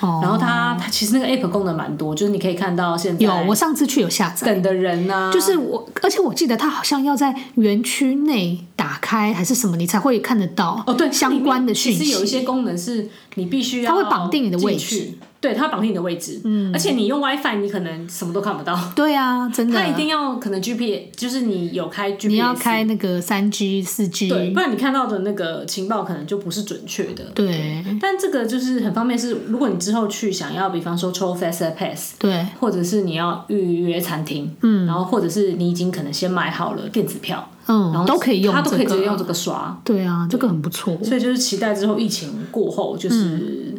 [SPEAKER 1] 哦，
[SPEAKER 2] 然后它它其实那个 app 功能蛮多，就是你可以看到现在
[SPEAKER 1] 有我上次去有下载，
[SPEAKER 2] 等的人啊呐、
[SPEAKER 1] 就是我，而且我记得它好像要在园区内打开还是什么，你才会看得到
[SPEAKER 2] 哦，对，
[SPEAKER 1] 相关的讯
[SPEAKER 2] 其实有一
[SPEAKER 1] 息。
[SPEAKER 2] 些功能是你必须要
[SPEAKER 1] 它会绑定你的位置
[SPEAKER 2] 进去，对，它会绑定你的位置，嗯，而且你用 WiFi 你可能什么都看不到，
[SPEAKER 1] 对啊，真的
[SPEAKER 2] 它，一定要可能 GPS，就是你有开 GPS，
[SPEAKER 1] 你要开那个三 G、四 G，
[SPEAKER 2] 对，不然你看到的那个情报可能就不是准确的。
[SPEAKER 1] 对
[SPEAKER 2] 但这个就是很方便是，如果你之后去想要，比方说抽 Fast Pass，
[SPEAKER 1] 对
[SPEAKER 2] 或者是你要预约餐厅，嗯，然后或者是你已经可能先买好了电子票，然
[SPEAKER 1] 嗯，
[SPEAKER 2] 后
[SPEAKER 1] 都可以用
[SPEAKER 2] 它
[SPEAKER 1] 这
[SPEAKER 2] 都
[SPEAKER 1] 个，
[SPEAKER 2] 可以直接用这个刷。
[SPEAKER 1] 对啊，这个很不错，
[SPEAKER 2] 所以就是期待之后疫情过后，就是
[SPEAKER 1] 嗯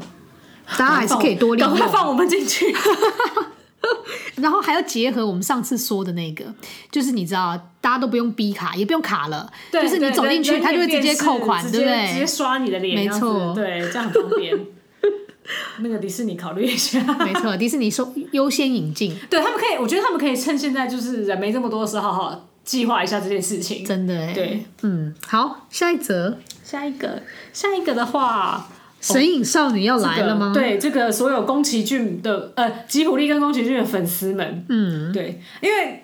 [SPEAKER 1] 大家还是可以多利
[SPEAKER 2] 赶
[SPEAKER 1] 用
[SPEAKER 2] 快。放我们 进去。
[SPEAKER 1] 然后还要结合我们上次说的那个，就是你知道，大家都不用逼卡，也不用卡了，
[SPEAKER 2] 对
[SPEAKER 1] 就是你
[SPEAKER 2] 对
[SPEAKER 1] 走进去，
[SPEAKER 2] 人
[SPEAKER 1] 它就会
[SPEAKER 2] 人脸
[SPEAKER 1] 直接
[SPEAKER 2] 辨识
[SPEAKER 1] 扣款，
[SPEAKER 2] 直
[SPEAKER 1] 对不
[SPEAKER 2] 接直接
[SPEAKER 1] 对？
[SPEAKER 2] 刷你的脸，
[SPEAKER 1] 没
[SPEAKER 2] 这样子
[SPEAKER 1] 错
[SPEAKER 2] 对，这样很方便。 那个迪士尼考虑一下。
[SPEAKER 1] 没错，迪士尼说优先引进，
[SPEAKER 2] 对他们可以，我觉得他们可以趁现在就是人没这么多的时候，好好计划一下这件事情。
[SPEAKER 1] 真的哎。
[SPEAKER 2] 对，哦
[SPEAKER 1] 嗯，好，下一则，
[SPEAKER 2] 下一个，下一个的话
[SPEAKER 1] 《神隐少女》要来了吗？
[SPEAKER 2] 这个对，这个所有宫崎骏的呃吉卜力跟宫崎骏的粉丝们，嗯，对，因为。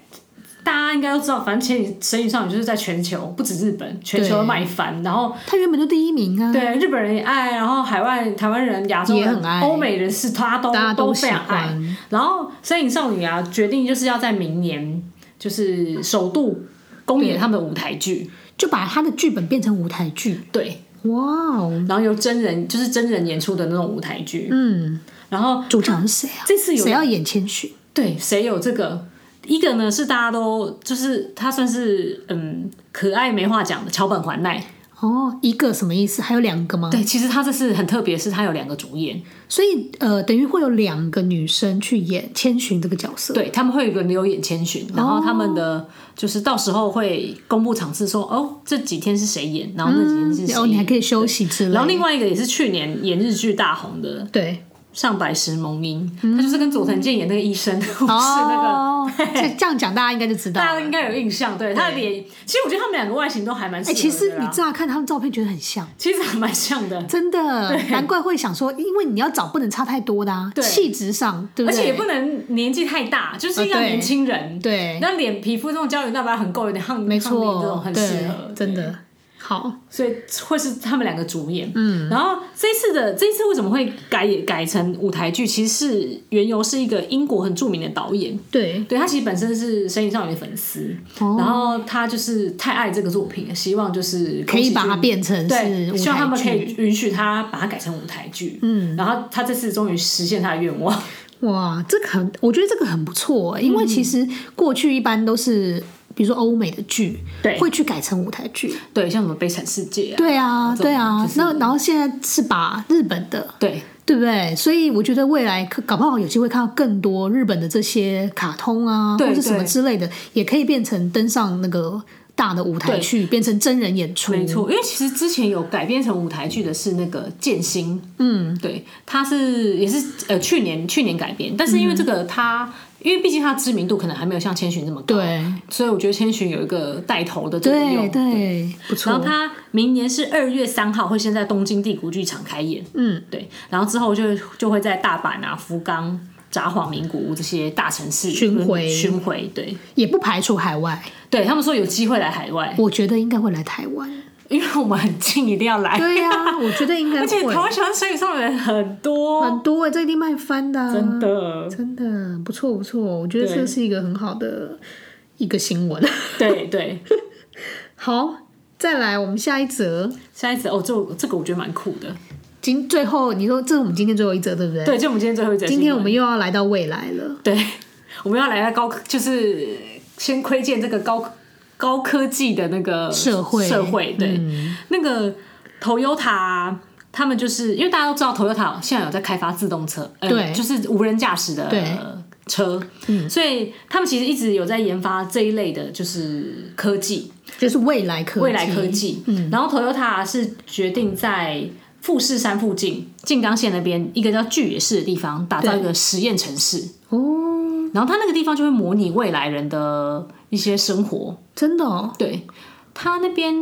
[SPEAKER 2] 大家应该都知道，反正前《神隐少女》就是在全球，不止日本，全球
[SPEAKER 1] 对
[SPEAKER 2] 都卖翻。然后，
[SPEAKER 1] 它原本就第一名啊。
[SPEAKER 2] 对日本人也爱，然后海外台湾人、亚洲
[SPEAKER 1] 也很
[SPEAKER 2] 人、
[SPEAKER 1] 爱
[SPEAKER 2] 欧美人士，他都
[SPEAKER 1] 大家都
[SPEAKER 2] 非常爱
[SPEAKER 1] 喜欢。
[SPEAKER 2] 然后《身影少女》啊，决定就是要在明年，就是首度公演他们的舞台剧，
[SPEAKER 1] 就把他的剧本变成舞台剧。
[SPEAKER 2] 对，
[SPEAKER 1] 哇哦，
[SPEAKER 2] 然后由真人就是真人演出的那种舞台剧。
[SPEAKER 1] 嗯，
[SPEAKER 2] 然后
[SPEAKER 1] 主角是谁啊？
[SPEAKER 2] 这次有
[SPEAKER 1] 谁要演千寻？
[SPEAKER 2] 对谁有这个？一个呢是大家都就是他算是嗯可爱没话讲的桥本环奈，
[SPEAKER 1] 哦，一个什么意思？还有两个吗？，
[SPEAKER 2] 对，其实他这次很特别，是他有两个主演，
[SPEAKER 1] 所以呃，等于会有两个女生去演千寻这个角色。
[SPEAKER 2] 对他们会轮流演千寻，然后他们的、就是到时候会公布场次说，哦，这几天是谁演，然后那几天是谁
[SPEAKER 1] 然
[SPEAKER 2] 演、
[SPEAKER 1] 后你还可以休息之类的。
[SPEAKER 2] 然后另外一个也是去年演日剧大红的
[SPEAKER 1] 对，
[SPEAKER 2] 上白石萌音，他就是跟佐藤健演那个医生，不是那个。
[SPEAKER 1] 哦， 这这样讲大家应该就知道
[SPEAKER 2] 大家
[SPEAKER 1] 了。
[SPEAKER 2] 应该有印象，对他的脸，其实我觉得他们两个外形都还蛮
[SPEAKER 1] 哎、
[SPEAKER 2] 适合的
[SPEAKER 1] 其
[SPEAKER 2] 啦、
[SPEAKER 1] 实你乍看他们照片觉得很像，
[SPEAKER 2] 其实还蛮像的，
[SPEAKER 1] 真的， 难怪会想说，因为你要找不能差太多的啊，
[SPEAKER 2] 对
[SPEAKER 1] 气质上，对不
[SPEAKER 2] 而
[SPEAKER 1] 对？
[SPEAKER 2] 且也不能年纪太大，就是要
[SPEAKER 1] 呃对
[SPEAKER 2] 年轻人，
[SPEAKER 1] 对，
[SPEAKER 2] 那脸皮肤这种胶原蛋白很够，有点抗
[SPEAKER 1] 没
[SPEAKER 2] 抗力这种
[SPEAKER 1] 错，
[SPEAKER 2] 很
[SPEAKER 1] 对
[SPEAKER 2] 适合，
[SPEAKER 1] 真
[SPEAKER 2] 对
[SPEAKER 1] 的好。
[SPEAKER 2] 所以会是他们两个主演。嗯，然后这次的这次为什么会改改成舞台剧？其实是缘由是一个英国很著名的导演，
[SPEAKER 1] 对，
[SPEAKER 2] 对他其实本身是《神隐少女》的粉丝，
[SPEAKER 1] 哦
[SPEAKER 2] 然后他就是太爱这个作品了，希望就是
[SPEAKER 1] 可以把它
[SPEAKER 2] 它
[SPEAKER 1] 变成是
[SPEAKER 2] 对，
[SPEAKER 1] 舞
[SPEAKER 2] 希望他
[SPEAKER 1] 台
[SPEAKER 2] 们可
[SPEAKER 1] 剧。
[SPEAKER 2] 以允许他把它改成舞台剧。嗯，然后他这次终于实现他的愿望。
[SPEAKER 1] 哇，这个很，我觉得这个很不错、欸因为
[SPEAKER 2] 嗯
[SPEAKER 1] 其实过去一般都是。比如说欧美的剧，
[SPEAKER 2] 对
[SPEAKER 1] 会去改成舞台剧，
[SPEAKER 2] 对，像什么《悲惨世界》啊，
[SPEAKER 1] 对啊，
[SPEAKER 2] 这种
[SPEAKER 1] 对啊
[SPEAKER 2] 就。是
[SPEAKER 1] 那然后现在是把日本的，
[SPEAKER 2] 对
[SPEAKER 1] 对不对？所以我觉得未来可搞不好有机会看到更多日本的这些卡通啊，
[SPEAKER 2] 对
[SPEAKER 1] 或者什么
[SPEAKER 2] 对
[SPEAKER 1] 之类的，也可以变成登上那个大的舞台
[SPEAKER 2] 对
[SPEAKER 1] 去，变成真人演出。
[SPEAKER 2] 没嗯错，因为其实之前有改编成舞台剧的是那个《剑心》，嗯，对，他是也是呃去年去年改编，但是因为这个他，因为毕竟他知名度可能还没有像千寻这么高，，
[SPEAKER 1] 对
[SPEAKER 2] 所以我觉得千寻有一个带头的作
[SPEAKER 1] 对
[SPEAKER 2] 哦用。
[SPEAKER 1] 对，不错。
[SPEAKER 2] 然后他明年是二月三号会先在东京帝国剧场开演，
[SPEAKER 1] 嗯，
[SPEAKER 2] 对，然后之后就就会在大阪啊、福冈、札幌、名古屋这些大城市
[SPEAKER 1] 巡
[SPEAKER 2] 轮
[SPEAKER 1] 回
[SPEAKER 2] 巡回，对，
[SPEAKER 1] 也不排除海外，
[SPEAKER 2] 对他们说有机会来海外，
[SPEAKER 1] 我觉得应该会来台湾。
[SPEAKER 2] 因为我们很近，一定要 来。
[SPEAKER 1] 对呀、我觉得应该
[SPEAKER 2] 哎而且
[SPEAKER 1] 会
[SPEAKER 2] 台。湾喜欢神隐少女的人很多，
[SPEAKER 1] 很多哎、这一定卖翻的、啊，
[SPEAKER 2] 真的。
[SPEAKER 1] 真的不错不错，我觉得
[SPEAKER 2] 对
[SPEAKER 1] 这是一个很好的一个新闻。
[SPEAKER 2] 对对，
[SPEAKER 1] 好，再来我们下一则，
[SPEAKER 2] 下一次哦，这我这个我觉得蛮酷的。
[SPEAKER 1] 今最后你说这是我们今天最后一则对不对？
[SPEAKER 2] 对，就我们今天最后一则新
[SPEAKER 1] 今
[SPEAKER 2] 闻。
[SPEAKER 1] 天我们又要来到未来了，
[SPEAKER 2] 对，我们要来到高科，就是先窥见这个高高科技的那个
[SPEAKER 1] 社会嗯
[SPEAKER 2] 社会。对，那个 Toyota 他们就是因为大家都知道 Toyota 现在有在开发自动车，呃、
[SPEAKER 1] 对
[SPEAKER 2] 就是无人驾驶的
[SPEAKER 1] 对嗯
[SPEAKER 2] 车，所以他们其实一直有在研发这一类的，就是科技，
[SPEAKER 1] 就是未来科技
[SPEAKER 2] 未来科技。嗯，然后 Toyota 是决定在。富士山附近，静冈县那边一个叫巨野市的地方，打造一个实验城市。
[SPEAKER 1] 哦，
[SPEAKER 2] 然后它那个地方就会模拟未来人的一些生活。
[SPEAKER 1] 真的哦，
[SPEAKER 2] 对，它那边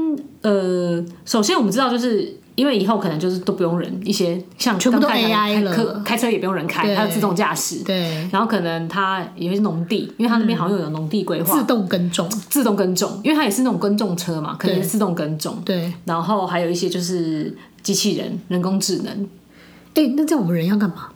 [SPEAKER 2] 呃，首先我们知道就是。因为以后可能就是都不用人，一些像
[SPEAKER 1] 全部都
[SPEAKER 2] 刚才讲
[SPEAKER 1] AI 了
[SPEAKER 2] 开开开车也不用人开，
[SPEAKER 1] 对
[SPEAKER 2] 还有自动驾驶。
[SPEAKER 1] 对，
[SPEAKER 2] 然后可能它也会是农地，因为它那边好像有农地规划，
[SPEAKER 1] 自动耕种，
[SPEAKER 2] 自动耕种，因为它也是那种耕种车嘛，可能也是自动耕种。
[SPEAKER 1] 对，
[SPEAKER 2] 然后还有一些就是机器人、人工智能，
[SPEAKER 1] 哎，那这样我们人要干嘛？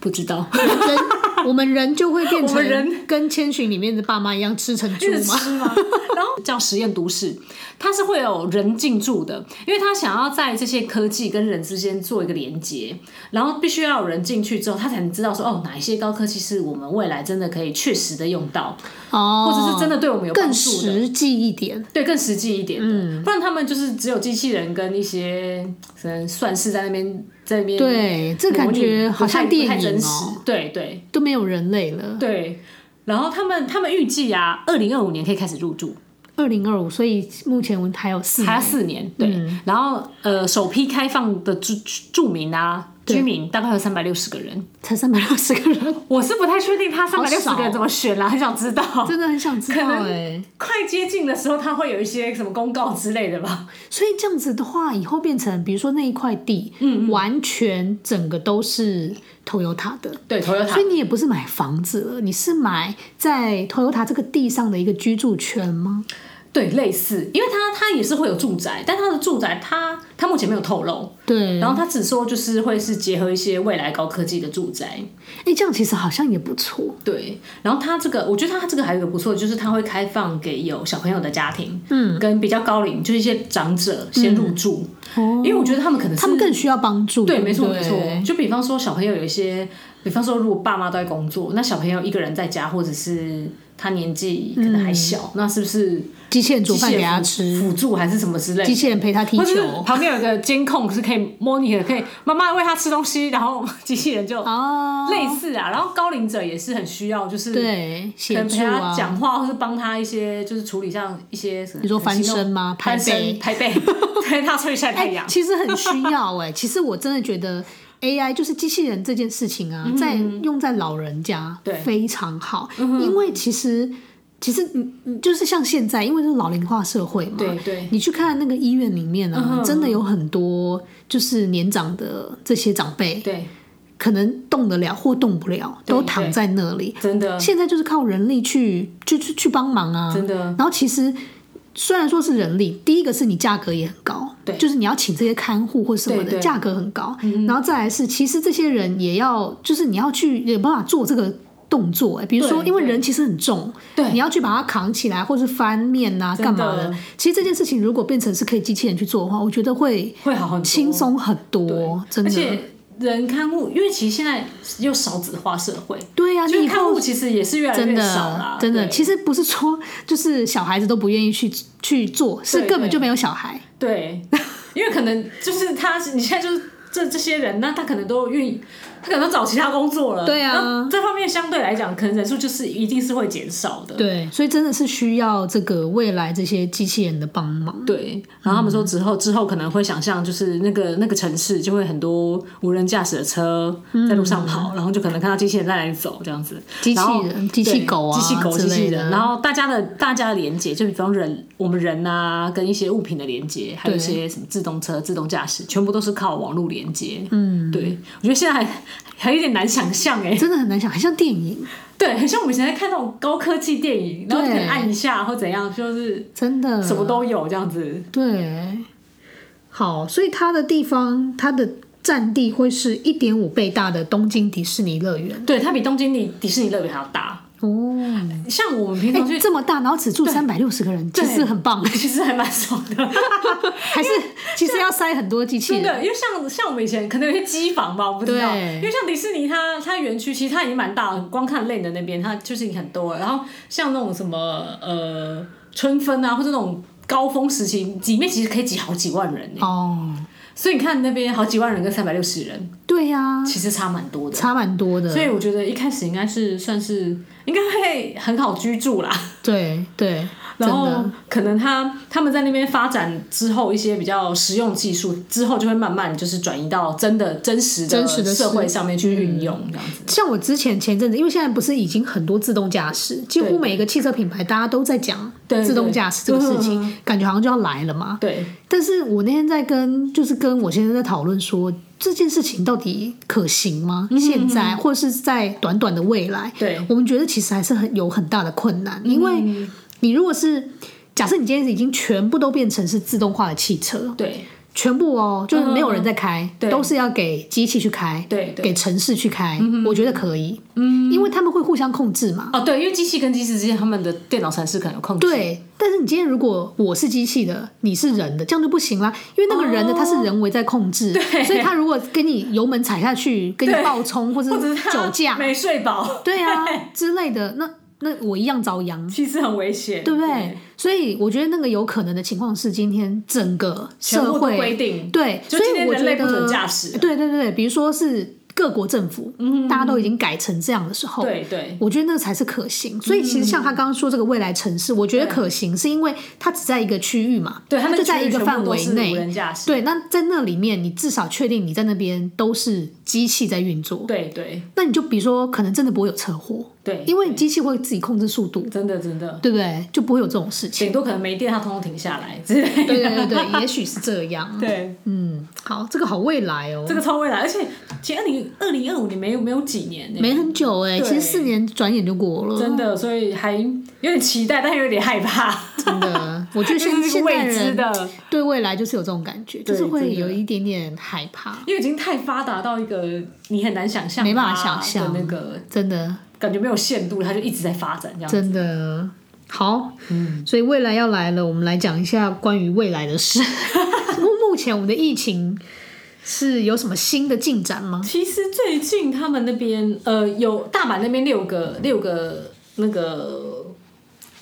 [SPEAKER 2] 不 知道
[SPEAKER 1] 人， 我们人就会变
[SPEAKER 2] 我
[SPEAKER 1] 成
[SPEAKER 2] 们人
[SPEAKER 1] 跟千寻里面的爸妈一样吃成猪吗？
[SPEAKER 2] 吗？ 然后叫实验都市，它是会有人进驻的，因为它想要在这些科技跟人之间做一个连接，然后必须要有人进去之后，他才能知道说哦，哪一些高科技是我们未来真的可以确实的用到，
[SPEAKER 1] 哦，
[SPEAKER 2] 或者是真的对我们有帮
[SPEAKER 1] 更
[SPEAKER 2] 助的。
[SPEAKER 1] 实嗯际一点。
[SPEAKER 2] 对，更实际一点的，不然他们就是只有机器人跟一些可能算是在那边在那边
[SPEAKER 1] 对，这感觉好像
[SPEAKER 2] 不太
[SPEAKER 1] 电
[SPEAKER 2] 不太真
[SPEAKER 1] 影
[SPEAKER 2] 实
[SPEAKER 1] 哦，
[SPEAKER 2] 对对
[SPEAKER 1] 都没有人类了。
[SPEAKER 2] 对。然后他们他们预计啊，二零二五年可以开始入住，
[SPEAKER 1] 二零二五，所以目前我们还有四
[SPEAKER 2] 还要
[SPEAKER 1] 年。
[SPEAKER 2] 四年。对，然后呃，首批开放的住住民啊，居民大概有三百六十个人。
[SPEAKER 1] 才三百六十个人，
[SPEAKER 2] 我是不太确定他三
[SPEAKER 1] 好
[SPEAKER 2] 百六十
[SPEAKER 1] 少
[SPEAKER 2] 个人怎么选啊啦、很想知道。
[SPEAKER 1] 真的很想知道
[SPEAKER 2] 可
[SPEAKER 1] 哎、
[SPEAKER 2] 能快接近的时候，他会有一些什么公告之类的吧？
[SPEAKER 1] 所以这样子的话，以后变成比如说那一块地，嗯完全整个都是 Toyota 的，
[SPEAKER 2] 对
[SPEAKER 1] 所以
[SPEAKER 2] ，Toyota
[SPEAKER 1] 你也不是买房子了，你是买在 Toyota 这个地上的一个居住权吗？
[SPEAKER 2] 对类似，因为他他也是会有住宅，但他的住宅他他目前没有透露，
[SPEAKER 1] 对，
[SPEAKER 2] 然
[SPEAKER 1] 哎、
[SPEAKER 2] 后他只说就是会是结合一些未来高科技的住宅，
[SPEAKER 1] 这样其实好像也不错，
[SPEAKER 2] 对。然后他这个，我觉得他这个还有一个不错的，就是他会开放给有小朋友的家庭，嗯，跟比较高龄，就是一些长者先入住，
[SPEAKER 1] 哦
[SPEAKER 2] 因为我觉得他们可能是
[SPEAKER 1] 他们更需要帮助。
[SPEAKER 2] 对，
[SPEAKER 1] 不
[SPEAKER 2] 没错没错。就比方说小朋友有一些，比方说如果爸妈都在工作，那小朋友一个人在家，或者是他年纪可能还小，那是不是
[SPEAKER 1] 机器人嗯煮
[SPEAKER 2] 机
[SPEAKER 1] 饭
[SPEAKER 2] 械
[SPEAKER 1] 给他
[SPEAKER 2] 辅
[SPEAKER 1] 吃，
[SPEAKER 2] 辅助还是什么之类的？
[SPEAKER 1] 机器人陪他踢
[SPEAKER 2] 或者是
[SPEAKER 1] 球。
[SPEAKER 2] 旁边有一个监控是可以 monitor，可以 慢慢喂他吃东西，然后 机器人就
[SPEAKER 1] 哦，
[SPEAKER 2] 类似啊。然后高龄者也是很需要，就是可
[SPEAKER 1] 对，协
[SPEAKER 2] 能陪
[SPEAKER 1] 助啊
[SPEAKER 2] 他，讲话，或是帮他一些，就是处理像一些什么
[SPEAKER 1] 你说翻身吗
[SPEAKER 2] 翻身、拍背，陪他出去晒太
[SPEAKER 1] 哎、
[SPEAKER 2] 阳。
[SPEAKER 1] 其实很需要哎、 其实我真的觉得 AI 就是机器人这件事情啊，在用在老人家
[SPEAKER 2] 嗯对嗯
[SPEAKER 1] 非常好，因为其实其实你你就是像现在，因为是老龄化社会嘛，
[SPEAKER 2] 对对嗯
[SPEAKER 1] 你去看那个医院里面啊，真的有很多就是年长的这些长辈，
[SPEAKER 2] 对，
[SPEAKER 1] 可能动得了或动不了，
[SPEAKER 2] 对
[SPEAKER 1] 都躺在那里。
[SPEAKER 2] 真的
[SPEAKER 1] 现在就是靠人力去去去去帮忙啊，
[SPEAKER 2] 真的。
[SPEAKER 1] 然后其实虽然说是人力，第一个是你价格也很高，
[SPEAKER 2] 对
[SPEAKER 1] 就是你要请这些看护或什么
[SPEAKER 2] 对嗯
[SPEAKER 1] 的，
[SPEAKER 2] 对
[SPEAKER 1] 价格很高。然后再来是，其实这些人也要，就是你要去有办法做这个动作、哎，比如说，
[SPEAKER 2] 对
[SPEAKER 1] 因为
[SPEAKER 2] 对
[SPEAKER 1] 人其实很重，
[SPEAKER 2] 对
[SPEAKER 1] 你要去把它扛起来，或是翻面啊，干嘛的
[SPEAKER 2] 真的？
[SPEAKER 1] 其实这件事情如果变成是可以机器人去做的话，我觉得会
[SPEAKER 2] 会好很多
[SPEAKER 1] 轻松很多，真
[SPEAKER 2] 而
[SPEAKER 1] 的。
[SPEAKER 2] 且人看护，因为其实现在又少子化社会，
[SPEAKER 1] 对呀、啊
[SPEAKER 2] 就
[SPEAKER 1] 你
[SPEAKER 2] 是
[SPEAKER 1] 以
[SPEAKER 2] 看
[SPEAKER 1] 后
[SPEAKER 2] 护其实也是越来
[SPEAKER 1] 真
[SPEAKER 2] 越少
[SPEAKER 1] 的
[SPEAKER 2] 啦，，
[SPEAKER 1] 真的，
[SPEAKER 2] 对
[SPEAKER 1] 其实不是说就是小孩子都不愿意去去做，是
[SPEAKER 2] 对
[SPEAKER 1] 根本
[SPEAKER 2] 对
[SPEAKER 1] 就没有小孩。
[SPEAKER 2] 对，因为可能就是他，你现在就是这这些人，那他可能都愿意，他可能都找其他工作了，
[SPEAKER 1] 对啊
[SPEAKER 2] 那这方面相对来讲，可能人数就是一定是会减少的，
[SPEAKER 1] 对，所以真的是需要这个未来这些机器人的帮忙。
[SPEAKER 2] 对，然后他们
[SPEAKER 1] 嗯
[SPEAKER 2] 说之后、之后可能会想象，就是那个那个城市就会很多无人驾驶的车在路上跑，然后就可能看到机器人在那里走这样子，
[SPEAKER 1] 嗯机器
[SPEAKER 2] 然后
[SPEAKER 1] 人机器
[SPEAKER 2] 对
[SPEAKER 1] 狗啊
[SPEAKER 2] 机器狗、
[SPEAKER 1] 之
[SPEAKER 2] 机器
[SPEAKER 1] 类的
[SPEAKER 2] 人，然后大家的大家的连接，就比方人我们人啊，跟一些物品的连接，还有一
[SPEAKER 1] 对
[SPEAKER 2] 些什么自动车、自动驾驶，全部都是靠网络连接。嗯，对，我觉得现在还还有点难想象哎、
[SPEAKER 1] 真的很难想，很像电影，
[SPEAKER 2] 对，很像我们以前在看那种高科技电影，然后就可
[SPEAKER 1] 对
[SPEAKER 2] 能按一下或怎样，就是
[SPEAKER 1] 真的
[SPEAKER 2] 什么都有这样子。
[SPEAKER 1] 对。好，所以它的地方，它的占地会是一点五倍大的东京迪士尼乐园
[SPEAKER 2] 对，它比东京迪迪士尼乐园还要大。
[SPEAKER 1] 哦，
[SPEAKER 2] 像我们平
[SPEAKER 1] 哎、
[SPEAKER 2] 常去，
[SPEAKER 1] 这么大，然后只住三百六十个人，其
[SPEAKER 2] 对
[SPEAKER 1] 实很棒，
[SPEAKER 2] 其实还蛮爽 的。
[SPEAKER 1] 还是其实要塞很多机器
[SPEAKER 2] 真
[SPEAKER 1] 人，
[SPEAKER 2] 的，因为像像我们以前可能有些机房吧，我不知道。
[SPEAKER 1] 对
[SPEAKER 2] 因为像迪士尼它，它园区其实它已经蛮大了，光看 Land 那边它就是已经很多了。然后像那种什么呃春分啊，或者那种高峰时期，里面其实可以挤好几万人耶、
[SPEAKER 1] 哦，
[SPEAKER 2] 所以你看那边好几万人跟三百六十人，
[SPEAKER 1] 对呀、
[SPEAKER 2] 其实差蛮多的。
[SPEAKER 1] 差蛮多的，
[SPEAKER 2] 所以我觉得一开始应该是算是应该会很好居住啦。
[SPEAKER 1] 对对，
[SPEAKER 2] 然
[SPEAKER 1] 真
[SPEAKER 2] 后
[SPEAKER 1] 的
[SPEAKER 2] 可能他他们在那边发展之后，一些比较实用技术之后，就会慢慢就是转移到真的真实
[SPEAKER 1] 真实的
[SPEAKER 2] 社会
[SPEAKER 1] 事嗯
[SPEAKER 2] 上面去运用这样子。
[SPEAKER 1] 像我之前前阵子，因为现在不是已经很多自动驾驶，几乎每个汽车品牌大家都在讲
[SPEAKER 2] 对对
[SPEAKER 1] 自动驾驶这个事
[SPEAKER 2] 嗯嗯
[SPEAKER 1] 情，感觉好像就要来了嘛。
[SPEAKER 2] 对，
[SPEAKER 1] 但是我那天在跟就是跟我先生在讨论说这件事情到底可行吗？
[SPEAKER 2] 嗯
[SPEAKER 1] 现在或者是在短短的未来，
[SPEAKER 2] 对嗯
[SPEAKER 1] 我们觉得其实还是很有很大的困难，因为你如果是假设你今天已经全部都变成是自动化的汽车，
[SPEAKER 2] 对，
[SPEAKER 1] 全部哦，就是没有人在开，
[SPEAKER 2] 嗯对
[SPEAKER 1] 都是要给机器去开，
[SPEAKER 2] 对对
[SPEAKER 1] 给城市去开，我觉得可以，嗯，因为他们会互相控制嘛。
[SPEAKER 2] 哦，对，因为机器跟机器之间，他们的电脑程式可能有控制。
[SPEAKER 1] 对，但是你今天如果我是机器的，你是人的，这样就不行啦，因为那个人的
[SPEAKER 2] 哦
[SPEAKER 1] 他是人为在控制，所以他如果跟你油门踩下去，跟你
[SPEAKER 2] 对
[SPEAKER 1] 爆冲或者
[SPEAKER 2] 或者是他
[SPEAKER 1] 酒驾，
[SPEAKER 2] 没睡饱，
[SPEAKER 1] 对啊
[SPEAKER 2] 对
[SPEAKER 1] 之类的，那那我一样遭殃。
[SPEAKER 2] 其实很危险，
[SPEAKER 1] 对不对？？所以我觉得那个有可能的情况是，今天整个
[SPEAKER 2] 全部
[SPEAKER 1] 社
[SPEAKER 2] 都
[SPEAKER 1] 会
[SPEAKER 2] 规定
[SPEAKER 1] 对，
[SPEAKER 2] 就
[SPEAKER 1] 所
[SPEAKER 2] 今
[SPEAKER 1] 以
[SPEAKER 2] 天
[SPEAKER 1] 我
[SPEAKER 2] 人类
[SPEAKER 1] 觉
[SPEAKER 2] 不
[SPEAKER 1] 得
[SPEAKER 2] 准驾驶嗯
[SPEAKER 1] 对对对，比如说是各国政府，大家都已经改成这样的时候，
[SPEAKER 2] 对对嗯
[SPEAKER 1] 我觉得那才是可行。所以其实像他刚刚说这个未来城市，我觉得可行是因为它只在一个区域嘛，
[SPEAKER 2] 对，他
[SPEAKER 1] 它
[SPEAKER 2] 们
[SPEAKER 1] 就在一个
[SPEAKER 2] 全部
[SPEAKER 1] 范
[SPEAKER 2] 都
[SPEAKER 1] 围
[SPEAKER 2] 是无人
[SPEAKER 1] 内。
[SPEAKER 2] 驾驶，
[SPEAKER 1] 对，那在那里面，你至少确定你在那边都是机器在运作，
[SPEAKER 2] 对对
[SPEAKER 1] 那你就比如说，可能真的不会有车祸，
[SPEAKER 2] 对，
[SPEAKER 1] 因为机器会自己控制速度，
[SPEAKER 2] 真的真的，
[SPEAKER 1] 对不对？就不会有这种事情。
[SPEAKER 2] 顶多可能没电，它通通停下来之类的。
[SPEAKER 1] 对啊对对对，也许是这样。
[SPEAKER 2] 对，
[SPEAKER 1] 嗯，好，这个好未来哦，
[SPEAKER 2] 这个超未来，而且其实二零二零二五年没有没有几年呢、
[SPEAKER 1] 没很久哎、
[SPEAKER 2] 对
[SPEAKER 1] 其实四年转眼就过了，
[SPEAKER 2] 真的，所以还有点期待，但又有点 害怕。
[SPEAKER 1] 真的。我觉得
[SPEAKER 2] 就
[SPEAKER 1] 现
[SPEAKER 2] 是这
[SPEAKER 1] 现
[SPEAKER 2] 个
[SPEAKER 1] 代
[SPEAKER 2] 未知
[SPEAKER 1] 人
[SPEAKER 2] 的，
[SPEAKER 1] 对未来就是有这种感觉，就是
[SPEAKER 2] 真
[SPEAKER 1] 会
[SPEAKER 2] 的
[SPEAKER 1] 有一点点害怕，
[SPEAKER 2] 因为已经太发达到一个你很难想象，
[SPEAKER 1] 没办法想象
[SPEAKER 2] 那个
[SPEAKER 1] 真的
[SPEAKER 2] 感觉没有限度，它就一直在发展这样。
[SPEAKER 1] 真的。好，所以未来要来了，我们来讲一下关于未来的 事。目目前我们的疫情是有什么新的进展吗？
[SPEAKER 2] 其实最近他们那边呃，有大阪那边六个六个那个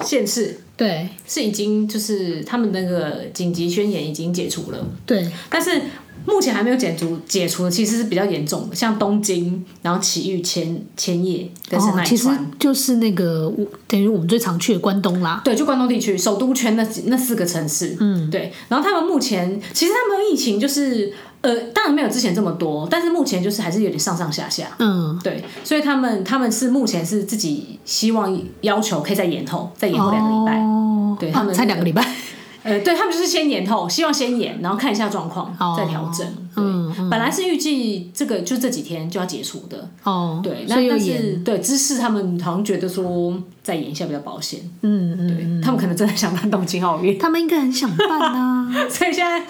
[SPEAKER 2] 县市
[SPEAKER 1] 对
[SPEAKER 2] 是已经就是他们那个紧急宣言已经解除了，
[SPEAKER 1] 对，
[SPEAKER 2] 但是目前还没有解除解除的其实是比较严重的，像东京，然后埼玉、千千叶跟神奈
[SPEAKER 1] 其实
[SPEAKER 2] 川。
[SPEAKER 1] 就是那个我等于我们最常去的关东啦。
[SPEAKER 2] 对，就关东地区首都圈那几那四个城市，嗯，对。然后他们目前其实他们疫情就是呃，当然没有之前这么多，但是目前就是还是有点上上下下，
[SPEAKER 1] 嗯，
[SPEAKER 2] 对，所以他们他们是目前是自己希望要求可以再延后，再延后两个礼拜。
[SPEAKER 1] 哦、
[SPEAKER 2] 对他们
[SPEAKER 1] 啊才
[SPEAKER 2] 那个
[SPEAKER 1] 两个礼 拜，
[SPEAKER 2] 呃，对他们就是先延后，希望先延，然后看一下状况、
[SPEAKER 1] 哦
[SPEAKER 2] 再调整。对，
[SPEAKER 1] 嗯
[SPEAKER 2] 本来是预计这个就这几天就要解除的。
[SPEAKER 1] 哦，
[SPEAKER 2] 对，那
[SPEAKER 1] 所以又
[SPEAKER 2] 但
[SPEAKER 1] 延，
[SPEAKER 2] 是对知识他们好像觉得说再延一下比较保险。
[SPEAKER 1] 嗯嗯，
[SPEAKER 2] 对、他们可能真的想办东京奥运，
[SPEAKER 1] 他们应该很想办 啊。
[SPEAKER 2] 所以现在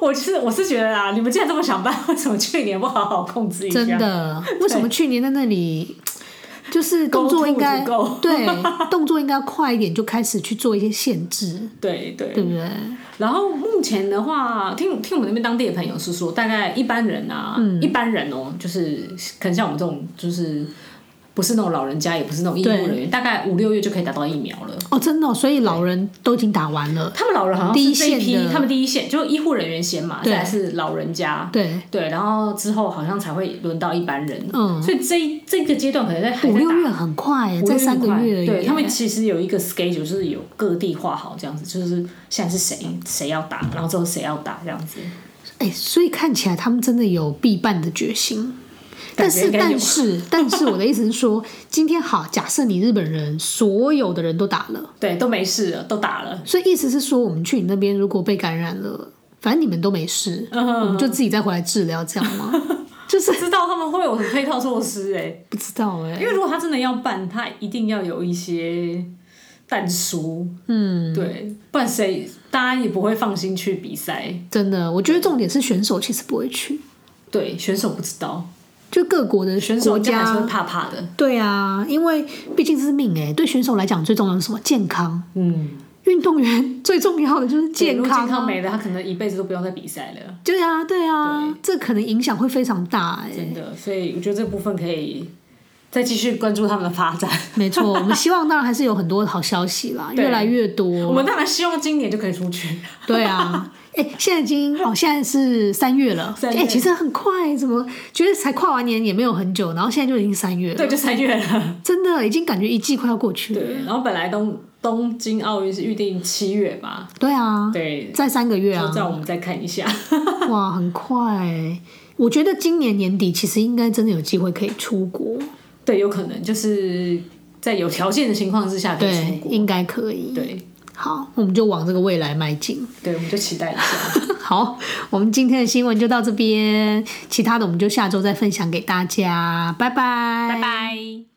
[SPEAKER 2] 我是我是觉得啊，你们既然这么想办，为什么去年不好好控制一下？
[SPEAKER 1] 真的，为什么去年在那里？就是动作应 该
[SPEAKER 2] Go to to go
[SPEAKER 1] 对动作应该要快一点，就开始去做一些限制，
[SPEAKER 2] 对对
[SPEAKER 1] 对不对？
[SPEAKER 2] 然后目前的话，听听我们那边当地的朋友是说，大概一般人啊，
[SPEAKER 1] 嗯
[SPEAKER 2] 一般人哦，就是可能像我们这种，就是不是那种老人家，也不是那种医务
[SPEAKER 1] 对
[SPEAKER 2] 人员，大概五六月就可以打到疫苗了。
[SPEAKER 1] 哦，真的哦、所以老人都已经打完了，
[SPEAKER 2] 他们老人好像
[SPEAKER 1] 第
[SPEAKER 2] 是
[SPEAKER 1] 一
[SPEAKER 2] 这一
[SPEAKER 1] 线
[SPEAKER 2] 批，
[SPEAKER 1] 的
[SPEAKER 2] 他们第一线就医护人员先嘛，
[SPEAKER 1] 对
[SPEAKER 2] 再来是老人家，
[SPEAKER 1] 对，
[SPEAKER 2] 对，然后之后好像才会轮到一般人。
[SPEAKER 1] 嗯
[SPEAKER 2] 所以这一这个阶段可能在还在
[SPEAKER 1] 五
[SPEAKER 2] 打
[SPEAKER 1] 六月很快耶，在三个月而已耶，
[SPEAKER 2] 对他们其实有一个 schedule，就是有各地画好这样子，就是现在是谁谁要打，然后之后谁要打这样子。
[SPEAKER 1] 哎、所以看起来他们真的有必办的决心。但是，
[SPEAKER 2] 感觉应该
[SPEAKER 1] 但
[SPEAKER 2] 有
[SPEAKER 1] 是， 但是，我的意思是说，今天好，假设你日本人所有的人都打了，
[SPEAKER 2] 对，都没事了，都打了。
[SPEAKER 1] 所以意思是说，我们去你那边如果被感染了，反正你们都没事，
[SPEAKER 2] 嗯
[SPEAKER 1] 我们就自己再回来治疗，这样 吗？
[SPEAKER 2] 就是知道他们会有配套措施哎、
[SPEAKER 1] 不知道哎、
[SPEAKER 2] 因为如果他真的要办，他一定要有一些弹书，嗯，对，不然谁大家也不会放心去比赛。
[SPEAKER 1] 真的，我觉得重点是选手其实不会去，
[SPEAKER 2] 对，选手不知道，
[SPEAKER 1] 就各国的
[SPEAKER 2] 选手
[SPEAKER 1] 国
[SPEAKER 2] 应该还是
[SPEAKER 1] 家
[SPEAKER 2] 会，怕怕的，
[SPEAKER 1] 对啊，因为毕竟是命哎、对选手来讲最重要的是什么？健康。
[SPEAKER 2] 嗯，
[SPEAKER 1] 运动员 最重要的就是
[SPEAKER 2] 对
[SPEAKER 1] 健
[SPEAKER 2] 如果
[SPEAKER 1] 康、啊，
[SPEAKER 2] 健康没了，他可能一辈子都不用再比赛了，
[SPEAKER 1] 对啊，对啊，这可能影响会非常大哎、
[SPEAKER 2] 真的。所以我觉得这部分可以再继续关注他们的发 展。
[SPEAKER 1] 没错，我们希望当然还是有很多好消息啦，
[SPEAKER 2] 对
[SPEAKER 1] 越来越
[SPEAKER 2] 我
[SPEAKER 1] 多。
[SPEAKER 2] 们当然希望今年就可以出去，
[SPEAKER 1] 对啊，哎、现在已经哦，现在是三月了，哎、
[SPEAKER 2] 三月
[SPEAKER 1] 其实很快，怎么觉得才跨完年也没有很久，然后现在就已经三月了，
[SPEAKER 2] 对，就三月了。
[SPEAKER 1] 真的已经感觉一季快要过去了。
[SPEAKER 2] 对，然后本来东东京奥运是预定七月吧？
[SPEAKER 1] 对啊，
[SPEAKER 2] 对，
[SPEAKER 1] 再三个月
[SPEAKER 2] 就
[SPEAKER 1] 啊，
[SPEAKER 2] 叫我们再看一下。
[SPEAKER 1] 哇，很快、我觉得今年年底其实应该真的有机会可以出国，
[SPEAKER 2] 对，有可能就是在有条件的情况之下可以出
[SPEAKER 1] 对，
[SPEAKER 2] 国。
[SPEAKER 1] 应该可以。
[SPEAKER 2] 对，
[SPEAKER 1] 好，我们就往这个未来迈进。
[SPEAKER 2] 对，我们就期待一下。
[SPEAKER 1] 好，我们今天的新闻就到这边，其他的我们就下周再分享给大家，拜拜，
[SPEAKER 2] 拜。